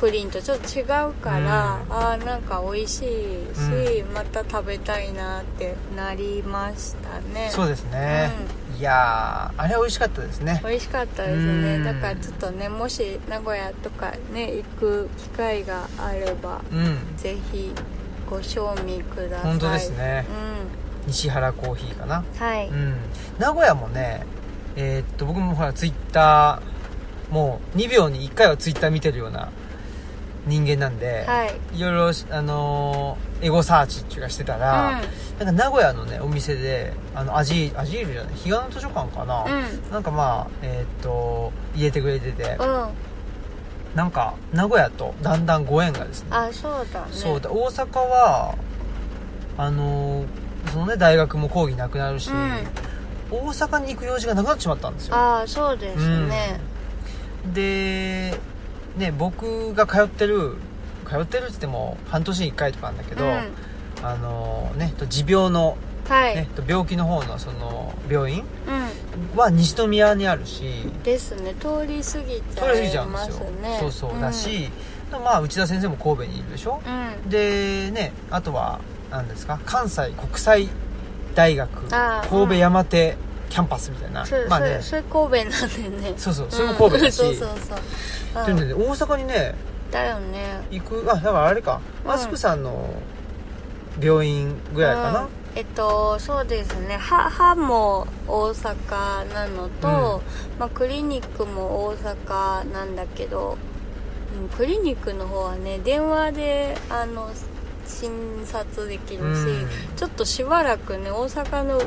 プリンとちょっと違うから、うんああなんか美味しいし、また食べたいなってなりましたねそうですね、いやーあれは美味しかったですね美味しかったですうねんだからちょっとねもし名古屋とかね行く機会があればうんぜひご賞味ください本当ですね西原コーヒーかなうんはい、うん名古屋もねえーっと僕もほらツイッターもう2秒に1回はツイッター見てるような人間なんで、はいいろいろし、あのーエゴサーチっていうかしてたら、なんか名古屋のねお店であのアジアジールじゃない彼岸の図書館かな、うなんかまあえーっと入れてくれてて、うんうんなんか名古屋とだんだんご縁がですねあそうだねそうだ大阪はあのーそのね大学も講義なくなるし、うん大阪に行く用事がなくなっちまったんですよああそうですねで、ね、僕が通ってる通ってるって言っても半年に1回とかなんだけうど、ん、あのね、と持病の、はい、ね、と病気の方のその病院うは西宮にあるしんですね通り過ぎちそれ過ぎちゃゃういんでますすよねそうそうだし、まあ、内田先生も神戸にいるでしょう、ん、でねあとは何ですか関西国際大学あー神戸うん山手キャンパスみたいな、そうまあそねれそれ神戸なんでねそうそうそれも神戸だし、うんそうそうそうといううんのでね大阪にねだよね行くあだからあれかうんマスクさんの病院ぐらいかうんえっとそうですね歯歯も大阪なのと、まあ、クリニックも大阪なんだけど、うん、クリニックの方はね電話であの診察できな、うるし、ん、ちょっとしばらくね大阪の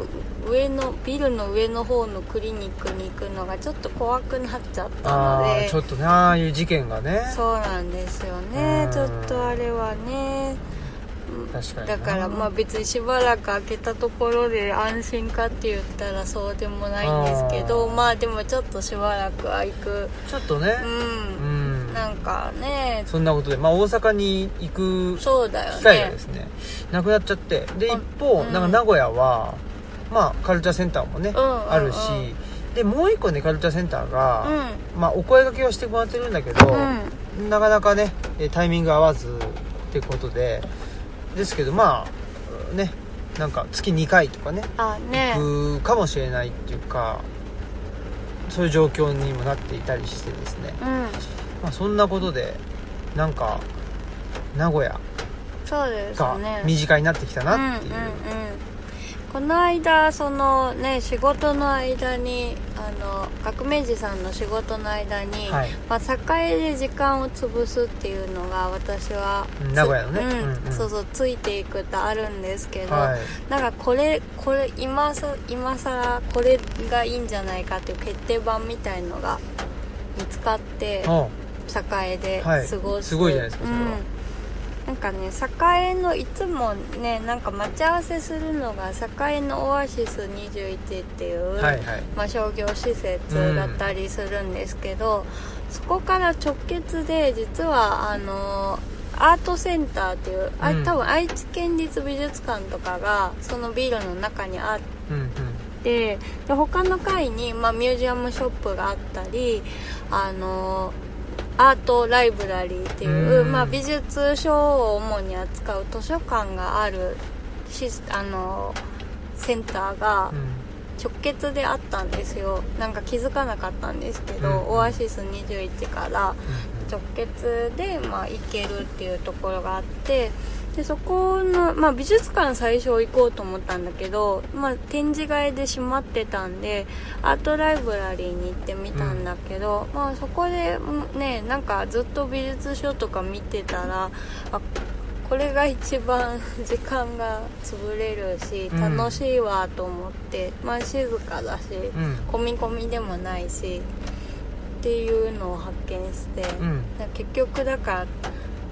上のビルの上の方のクリニックに行くのがちょっと怖くなっちゃったあのあでーちょっとねああいう事件がねそうなんですよねうんちょっとあれはねうん確かになだからまあ別にしばらく開けたところで安心かって言ったらそうでもないんですけどあーまあでもちょっとしばらく開くちょっとねううん、ん、なんかねそんなことで、まあ、大阪に行くそうだよ機会がねですねなくなっちゃってであ一方、うんなんか名古屋は、まあ、カルチャーセンターもね、うんうんうんあるしでもう一個ねカルチャーセンターうが、んまあ、お声掛けをしてもらってるんだけど、うんなかなかねえタイミング合わずってことでですけどまあねなんか月2回とかねあね行くかもしれないっていうかそういう状況にもなっていたりしてですね、うんまあ、そんなことでなんか名古屋そうですがね身近になってきたなっていううんうんうん、この間そのね仕事の間にあの革命児さんの仕事の間に、はいまあ、栄で時間を潰すっていうのが私はうん名古屋のねつうんうんうんそうそうついていくとあるんですけど、はいなんかこれこれ今さ今さらこれがいいんじゃないかっていう決定版みたいのが見つかってお栄で過はいごす、すごいじゃないですかそれはうん、なんかね栄のいつもねなんか待ち合わせするのが栄のオアシス21っていう、はいはいまあ、商業施設だったりするんですけど、そこから直結で実はあのアートセンターっていう、あうん多分愛知県立美術館とかがそのビルの中にあって。うんうんでで他の階に、まあ、ミュージアムショップがあったりあのアートライブラリーっていう、うんまあ、美術書を主に扱う図書館があるシスあのセンターがうん直結であったんですよなんか気づかなかったんですけど、うんオアシス21から直結で、まあ、行けるっていうところがあってでそこの、まあ、美術館最初行こうと思ったんだけど、まあ、展示会で閉まってたんでアートライブラリーに行ってみたんだけど、まあ、そこでうんねなんかずっと美術書とか見てたらあこれが一番 時間が潰れるしうん楽しいわと思って、まあ静かだしうんうん込み込みでもないしっていうのを発見して。うんだから結局だから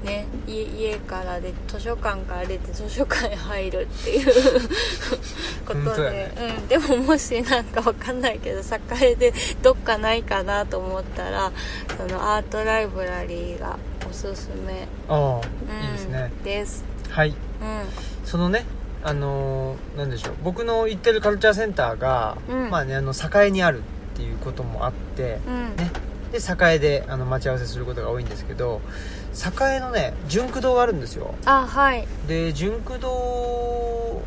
ね家家からで図書館から出て図書館へ入るって いうこと本当で、やねうん、でももしなんかわかんないけど栄でどっかないかなと思ったらそのアートライブラリーがおすすめ、あうんあいいですねですはいうんそのねあのーなんでしょう僕の行ってるカルチャーセンターが、うんまあねあの栄にあるっていうこともあって、うん、ねで栄であの待ち合わせすることが多いんですけど栄のね純駆堂があるんですよあはいで純駆堂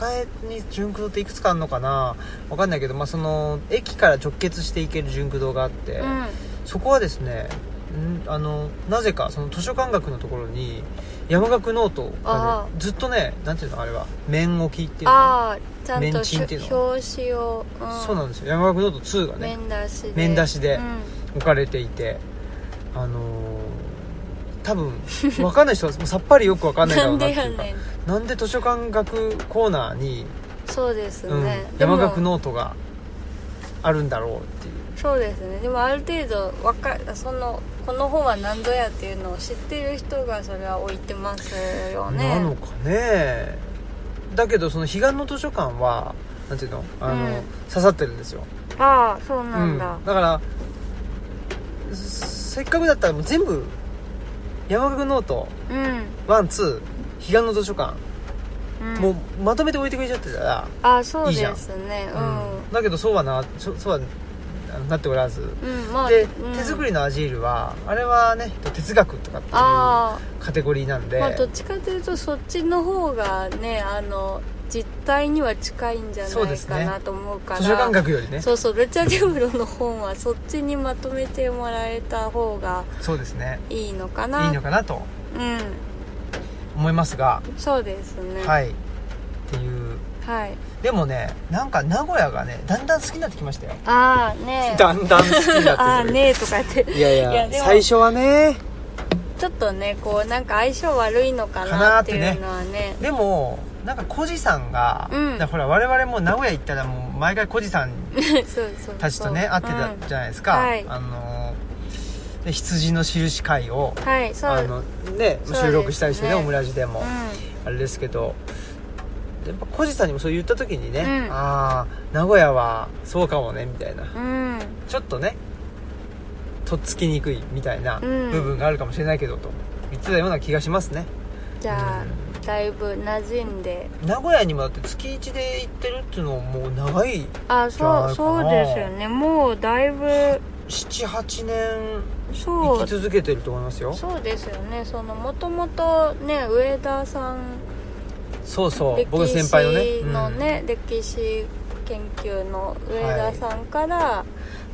栄に純駆堂っていくつかあるのかなわかんないけど、まあ、その駅から直結していける純駆堂があって、うんそこはですねんあのなぜかその図書館学のところに山岳ノートがあねずっとねなんていうのあれは面置きっていうのあーちゃんメンとチンっていうの表紙を、うん、そうなんですよ山岳ノート2がね面出しで面出しでうん置かれていてあのー多分わかんない人は もうさっぱりよくわかんないだなろうんなっでてやいうかねんなんで図書館学コーナーに、そうですうんね、でも山学ノートがあるんだろうっていうそうですねでもある程度わかそのこの本は何ぞやっていうのを知ってる人がそれは置いてますよねなのかねだけどその彼岸の図書館はなんていうのあの、うん刺さってるんですよ、ああそううなんだ、だからせせっかくだったらもう全部山岳ノートうん12彼岸の図書館、うんもうまとめて置いてくれちゃってたら、ああそういいじゃでんすねうんだけどそうはなそそうはあのなっておらずうん、うん、まあで、うん手作りのアジールはあれはね哲学とかっていうあカテゴリーなんあで、まあどっちかというとそっちの方がねあの実態には近いんじゃそうなでいすかねなと思うから図書館学よりねそそうそうルチャデュブロの本はそっちにまとめてもらえた方がうですねいいのかないいのかなとう思いますが、んそうですねはいっていうはいでもねなんか名古屋がねだんだん好きになってきましたよああねえだんだん好きになって ああねえとかっていやいやいやでも最初はねちょっとねこうなんか相性悪いのかなっていうのはねでもなんかコジさんが、うんだからほら我々も名古屋行ったらもう毎回コジさん そうそうそうたちとね会ってたじゃないですか、うんはいあのーで羊の印会をうんはいそうあうんのねそうですね収録したりしてねオムラジでも、あれですけどやっぱコジさんにもそう言った時にね、うんああ名古屋はそうかもねみたいなうんちょっとねとっつきにくいみたいなう部ん分があるかもしれないけどと言ってたような気がしますね、じゃあだいぶ馴染んで名古屋にもだって月1で行ってるっていうのももう長いあじゃそあうそうですよねもうだいぶ78年そ生きう続けてると思いますよそうですよねそのもともとね上田さんそうそう僕歴の先輩のね史のうんね、歴史研究の上田さんから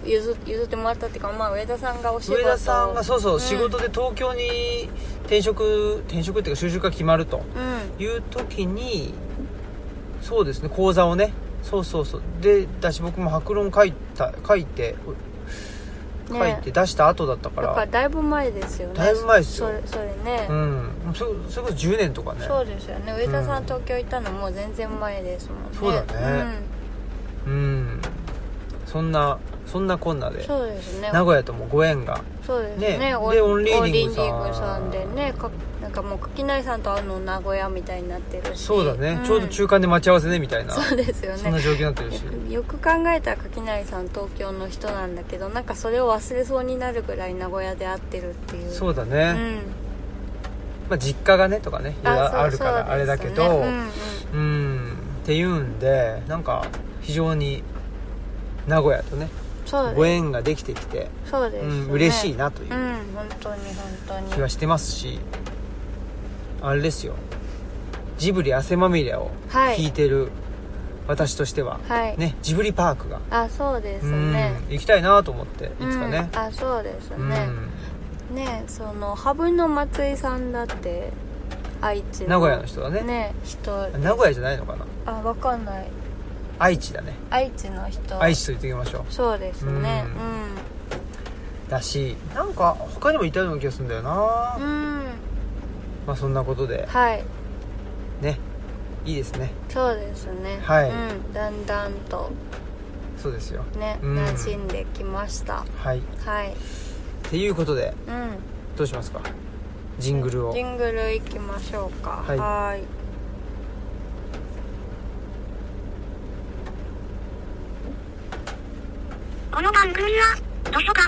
譲譲ってもらったっていうか、まあ、上田さんがお仕事を上田さんがそうそう、うん仕事で東京に転職転職っていうか就職が決まるとうんいう時にそうですね講座をねそうそうそうでだし僕も白論書いた書いて書いねて出した後だったかだら、からだいぶ前ですよねだいぶ前ですよそれそれね、うんそそれこそ10年とかねそうですよね上田さん東京行ったのもう全然前ですもんねそうだね、うんそんなそんなこんなうんでそうですね名古屋ともご縁がそうですねねでオリオンリーディングさんオリさんでねかなんかもう垣内さんと会うの名古屋みたいになってるしそうだね、んちょうど中間で待ち合わせねみたいなそうですよねそんな状況になってるしよく考えたら垣内さん東京の人なんだけどなんかそれを忘れそうになるぐらい名古屋で会ってるっていうそううだね、ん、まあ実家がねとかねいろいろあるからあれだけどそうう,、ですねんっていうんでなんか非常に名古屋とねうんうん、そうごです縁ができてきてそうです、うねん嬉しいなといううん本当に本気当はにしてますし、あれですよジブリ汗まみれをはい聞いてる私としては、はい、ねジブリパークが、あそうですうんね行きたいなと思っていつかねうん、あそうですうんね、ねその羽生の松井さんだって愛知の名古屋の人だねね人名古屋じゃないのかなあわかんない愛知だね愛知の人愛知と言っておきましょうそうですねうんだしなんか他にもいたような気がするんだよな、うん、うん、まあそんなことではいねいいですねそうですねはいうん、だんだんとそうですよねうん馴染んできました、はいっはいていうことでうんどうしますかジングルをジングルいきましょうかはいはーいこの番組は、図書館、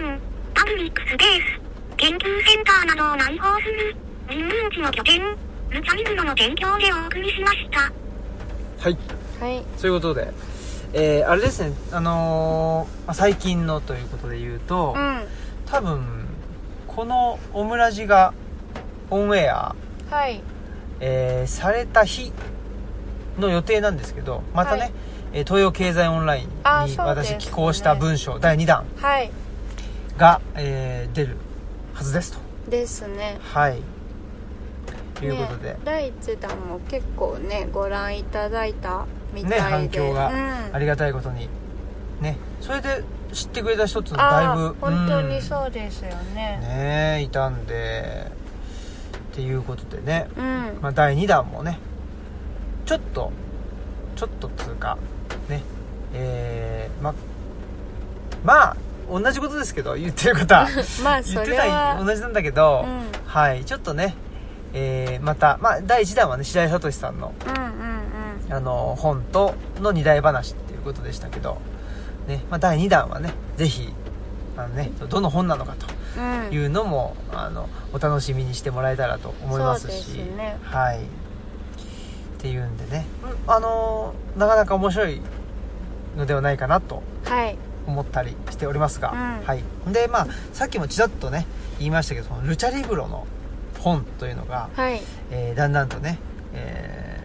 パブリックスペース、研究センターなどを内包する、人文地の拠点、ルチャリブロの提供でお送りしました。はいはいそういうことでえー、あれですねあのーまあ最近のということで言うと、う多分このオムラジがオンエア、んはいえーされた日の予定なんですけどまたね、はいえー東洋経済オンラインあにそうです私ね寄稿した文章、第2弾はいが、えー出るはずですとですねはいということで、ね、第1弾も結構ねご覧いただいたみたいねで、反響がうんありがたいことにねそれで知ってくれた人っていうのはだいあぶー本当にうんそうですよねねえいたんでっていうことでね、うん まあ、第2弾もねちょっとちょっとつうかねえー、ままあ同じことですけど言ってることはまあ言 そってれたは同じなんだけど、うんはいちょっとね、えーまた、まあ、第1弾はね白井聡さんのうんうんうんあの本との二大話っていうことでしたけど、ねまあ、第2弾はねぜひあの、ね、どの本なのかとうんいうのもあのお楽しみにしてもらえたらと思いますしそうですねはいっていうんでねあのなかなか面白いのではないかなとはい思ったりしておりますが、うんはいでまあさっきもちらっとね言いましたけどそのルチャリブロの本というのが、はいえーだんだんとね、え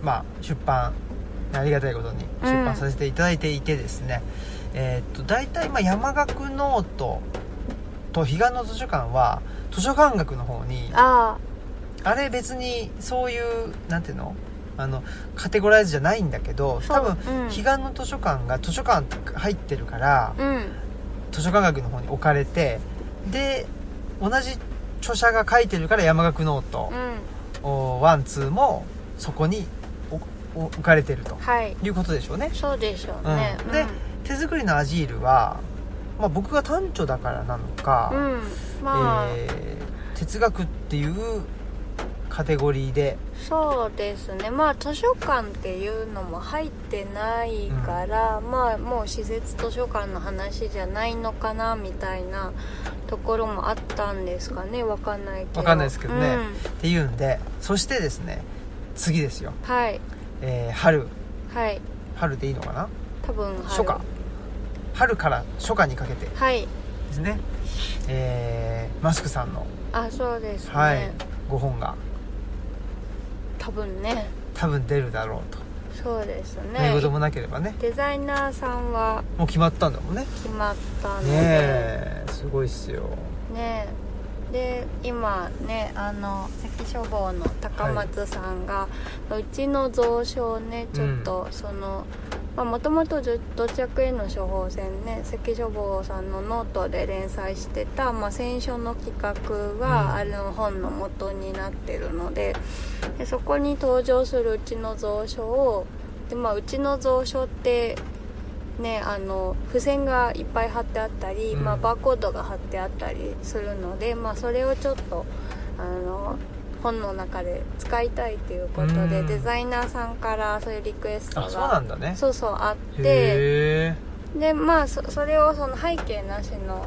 ーまあ、出版ありがたいことに出版させていただいていてですね、えーっと大体まあ山岳ノートと彼岸の図書館は図書館学の方にああれ別にそういうなんていうのあのカテゴライズじゃないんだけどそう多分うん彼岸の図書館が図書館入ってるからあうん図書館学の方に置かれてで同じ著者が書いてるから山岳ノート、うんおワンツーもそこにおお置かれてるとはいいうことでしょうね、そうでしょううんねで手作りのアジールは、まあ、僕が短調だからなのか、うんうんまあえー哲学っていうカテゴリーでそうですねまあ図書館っていうのも入ってないから、まあもう施設図書館の話じゃないのかなみたいなところもあったんですかねわかんないけどわかんないですけどねうんっていうんでそしてですね次ですよ、はいえー春はい春でいいのかな多分はい初夏春から初夏にかけてはいですね、えーマスクさんの、あそうですね、はい、ご本が多分ね多分出るだろうと、そうですね何事もなければねデザイナーさんはもう決まったんだもんね決まったのでねえすごいっすよねで今ねあの関書房の高松さんが、うちの蔵書をねちょっとその、まあもともと土着への処方箋ね関書房さんのノートで連載してた、まあ、選書の企画うんがあの本の元になってるのででそこに登場するうちの蔵書をで、まあ、うちの蔵書ってね、あの付箋がいっぱい貼ってあったり、うんまあ、バーコードが貼ってあったりするので、まあ、それをちょっとあの本の中で使いたいということで、うんデザイナーさんからそういうリクエストあがそうなんだねそうそうあってへで、まあ、そそれをその背景なしの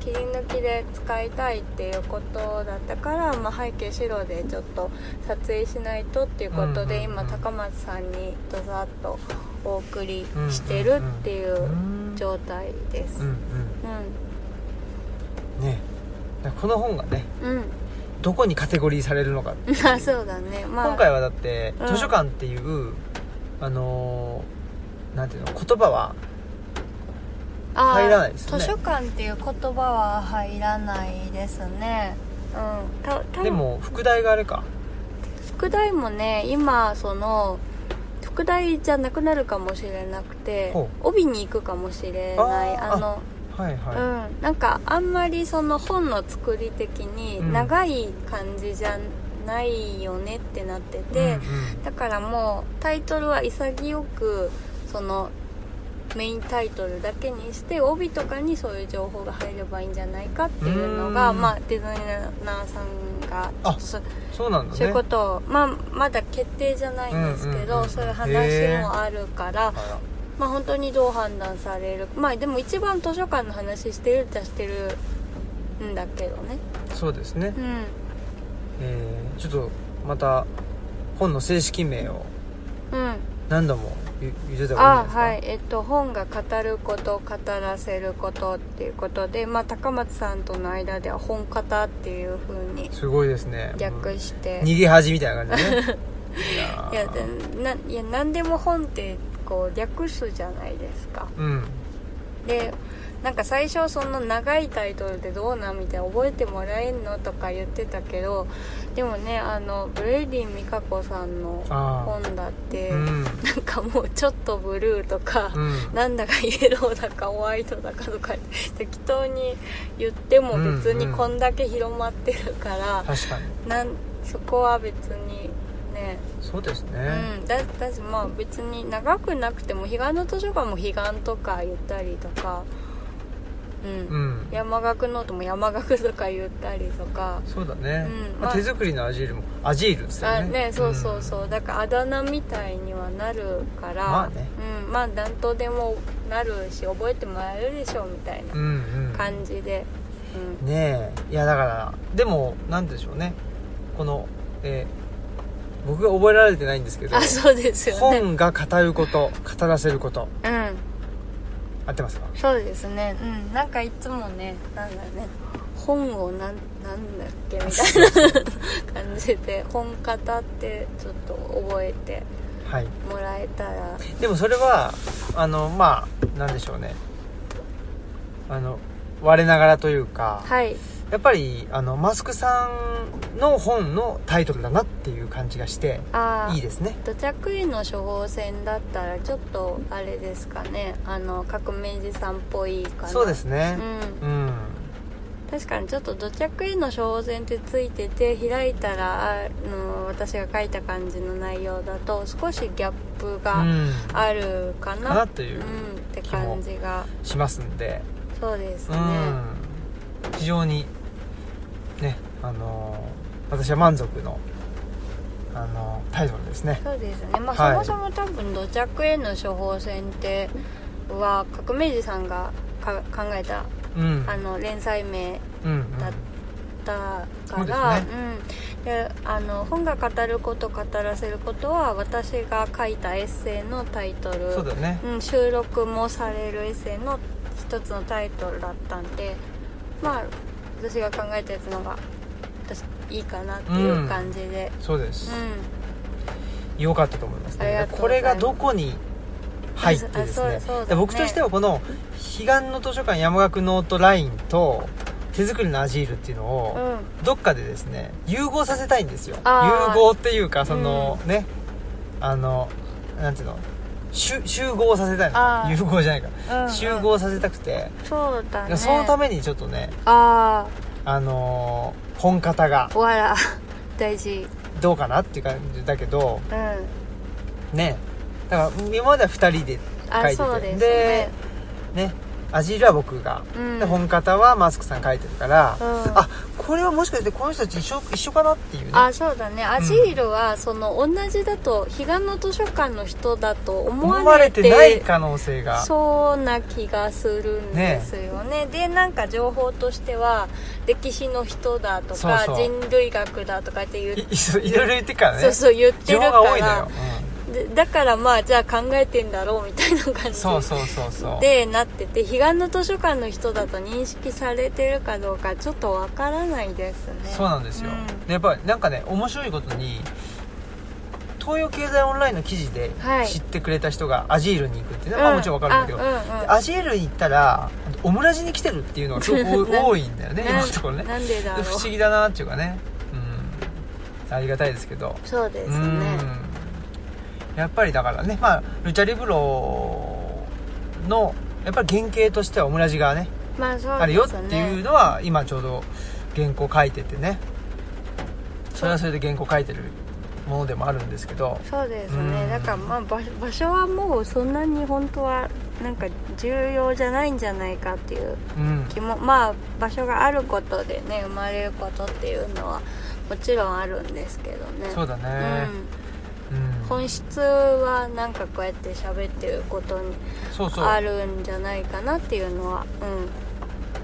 切り抜きで使いたいっていうことだったから、まあ、背景白でちょっと撮影しないとっていうことで、うんうんうん今高松さんにドザッとお送りしてるっていう。えうん状態ですうんううんねだからこの本がねんうんどこにカテゴリーされるのか あそうだねまあ今回はだってうん図書館っていうあのーなんていうの言葉はあー入らないですね図書館っていう言葉は入らないですねうんた多分でも副題があれか副題もね今その副題じゃなくなるかもしれなくてほ帯に行くかもしれないあーあのはいはうんなんかあんまりその本の作り的にうん長い感じじゃないよねってなっていて、うんうんだからもうタイトルは潔くそのメインタイトルだけにして帯とかにそういう情報が入ればいいんじゃないかっていうのうがーんまあデザイナーさんがちょっとそそうなんだねそういうことを、まあ、まだ決定じゃないんですけうんうんうんど、うんそういうへ話ーもあるから、あらまあ、本当にどう判断されるまあでも一番図書館の話してるっちゃしてるんだけどねそうですねう、んえーちょっとまた本の正式名をうん何度も言言ってた方がいいんあですかはいえっと本が語ること語らせることっていうことで、まあ、高松さんとの間では本方っていう風にすごいですね略して、い逃げ恥みたいな感 じでねいやーでないや何でも本ってこう略すじゃないですかうんでなんか最初その長いタイトルでどうなんみたいな覚えてもらえんのとか言ってたけどでもねあのブレイディ・ミカコさんのあー本だって、うんなんかもうちょっとブルーとか、うんなんだかイエローだかホワイトだかとか適当に言っても別にこんだけ広まってるから、確かになんそこは別にねそうですね、うん、だだしまあ別に長くなくても彼岸の図書館も彼岸とか言ったりとか、うんうん山岳ノートも山岳とか言ったりとか、そうだね、うんまあまあ手作りのアジールもアジールですよあねねそうそんうそう、だからあだ名みたいにはなるから、まあねうん、まあ何とでもなるし覚えてもらえるでしょうみたいなうんうん感じで、うんねえいやだからでも何でしょうねこの、えー僕が覚えられてないんですけどあそうですよね本が語ること語らせることうん合ってますかそうですねうんなんかいつもねなんだね本をなんなんだっけみた いな感じで本型ってちょっと覚えてはいもらえたらでもそれはあのまあ何でしょうねあの我ながらというか、はいやっぱりあのマスクさんの本のタイトルだなっていう感じがしてああいいですね土着衣の処方箋だったらちょっとあれですかねあの革命児さんっぽいかなそうですうねんうん、確かにちょっと土着衣の処方箋ってついてて開いたらあの私が書いた感じの内容だと少しギャップうがん、あるかなかなといううん、って感じがしますんでそうですうね、ん非常にねあのー私は満足の、あのータイトルですねそうですねまあ、はいそもそも多分土着への処方箋っては革命児さんがか考えたうんあの連載名うんうんだだそかうでらすねうん、であの本が語ること語らせることは私が書いたエッセイのタイトルそうだよねうん、収録もされるエッセイの一つのタイトルだったんでまあ私が考えたやつのが私いいかなっていう感じでそうですうん、、良かったと思いますありねがとうごこざれいますがどこに入ってですねあそうそうだねで僕としてはこの「彼岸の図書館山岳ノートライン」と「手作りのアジール」っていうのを、うんどっかでですね融合させたいんですよあー融合っていうかその、ねあのなんていうの集集合させたいあのー融合じゃないか、うんうん集合させたくて、そうだねそのためにちょっとねああのー本型があわら 大事どうかなっていう感じだけどうんねだから今までは2人で書あいてそうてですねでねアジールは僕が、うんで本型はマスクさん書いてるから、うんあこれはもしかしてこの人たち一緒一緒かなっていうねあそうだねアジールはその同じだと彼岸の図書館の人だと思思わわれれててない可能性がそうな気がするんですよねでなんか情報としては歴史の人だとかそうそう人類学だとかって言っいいそういろいろ言ってっからねそうそう言って情る報かが多いのらよ、でだからまあじゃあ考えてんだろうみたいな感うん、じそうそうそうそうでなってて彼岸の図書館の人だと認識されてるかどうかちょっとわからないですねそうなんですよ、うんでやっぱりなんかね面白いことに東洋経済オンラインの記事ではい知ってくれた人がアジールに行くっていうのは、まあもちろんわかるんだけど、うあうんうんアジールに行ったらオムラジに来てるっていうのがすごく多いんだよね今のところね なんでだろでう不思議だなっていうかねうんありがたいですけどそうですねうんやっぱりだからねまあルチャリブロのやっぱり原型としてはオムラジがねまあそうですねあるよっていうのは今ちょうど原稿書いててねそれはそれで原稿書いてるものでもあるんですけどそうですうねんだからまあ場場所はもうそんなに本当はなんか重要じゃないんじゃないかっていううん気もまあ場所があることでね生まれることっていうのはもちろんあるんですけどねそうだねうん、うん、本質はなんかこうやって喋ってることにそうそあうるんじゃないかなっていうのは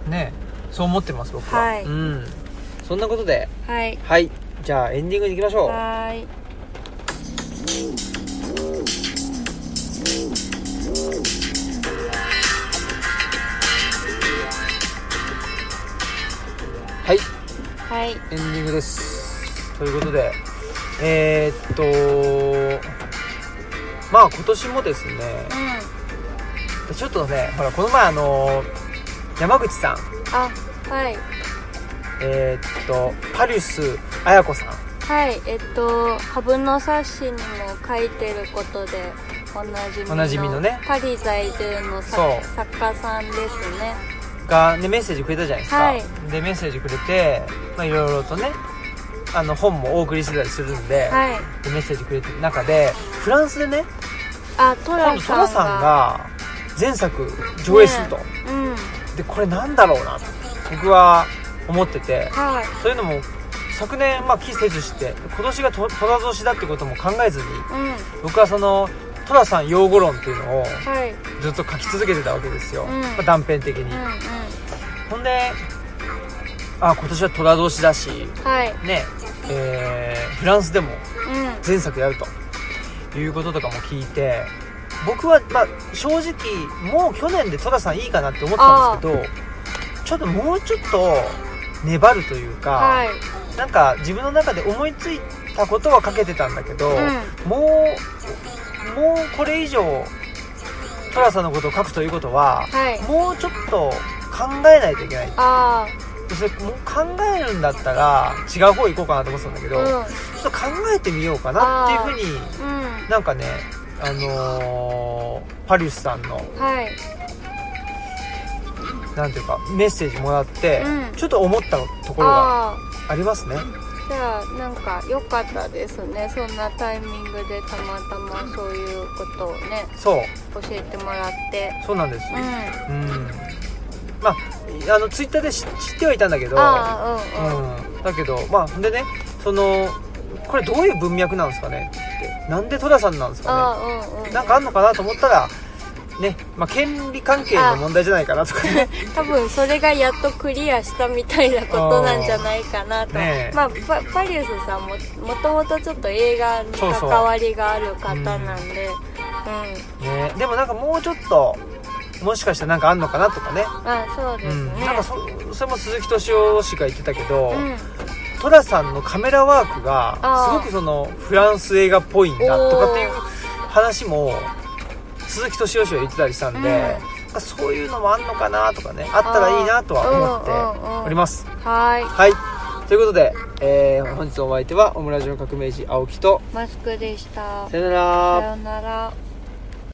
うねそう思ってます僕は、はいうんそんなことでんはいはいじゃあエンディングに行きましょうはーいはいはいエンディングですということでえー、っとまあ今年もですねうちょっとねほらこの前あの山口さんあはいえーっとパリス綾子さんはいえっとハブの冊子にも書いてることでおなじみのおなじみのねパリ在住のさそう作家さんですねが、ね、メッセージくれたじゃないですか、はいでメッセージくれてまあいろいろとねあの本もお送りしてたりするんで,、はいでメッセージくれてる中でフランスでねあト今ラ度トさんがラさんが前作上映すると、ねうんでこれなんだろうなと僕は思っててはいというのも昨年まあ期せずして今年がと寅年だってことも考えずにうん僕はその寅さん擁護論っていうのをはいずっと書き続けてたわけですよ、うんまあ断片的に、うんうんほんであ今年は寅年だしはいねえーフランスでもうん前作やるということとかも聞いて僕は、まあ、正直もう去年で寅さんいいかなって思ってたんですけどちょっともうちょっと粘るというか、はいなんか自分の中で思いついたことはかけてたんだけど、うもうもうこれ以上寅さんのことを書くということは、はいもうちょっと考えないといけないあでそれもう考えるんだったら違う方行こうかなと思ってたんだけあど、うんちょっと考えてみようかなっていうふうにうんなんかねあのーパリウスさんのはいなんていうかメッセージもらって、うんちょっと思ったところがああありますねじゃあなんか良かったですねそんなタイミングでたまたまそういうことをねそう教えてもらってそうなんですうんうんまああのツイッターで知知ってはいたんだけどああうんうんうん、だけどまあでねそのこれどういう文脈なんですかねってなんで戸田さんなんですかねああうんうんなんかあんのかなと思ったらね、まあ、権利関係の問題じゃないかなとか ね多分それがやっとクリアしたみたいなことなんじゃないかなとあーねえまあパパリウスさんももともとちょっと映画にそうそ関うわりがある方なんでうねでもなんかもうちょっともしかしたらなんかあんのかなとかね、んあそうでうすねん、なんかそそれも鈴木敏夫氏が言ってたけど、うんトラさんのカメラワークがあすーごくそのフランス映画っぽいんだとかっていうおー話も鈴木敏夫氏は言ってたりしたんで、うんなんかそういうのもあんのかなとかねあったらいいなとは思っております。はーいはいということで、えー本日のお相手はオムラジオ革命児青木とマスクでしたさよならさようなら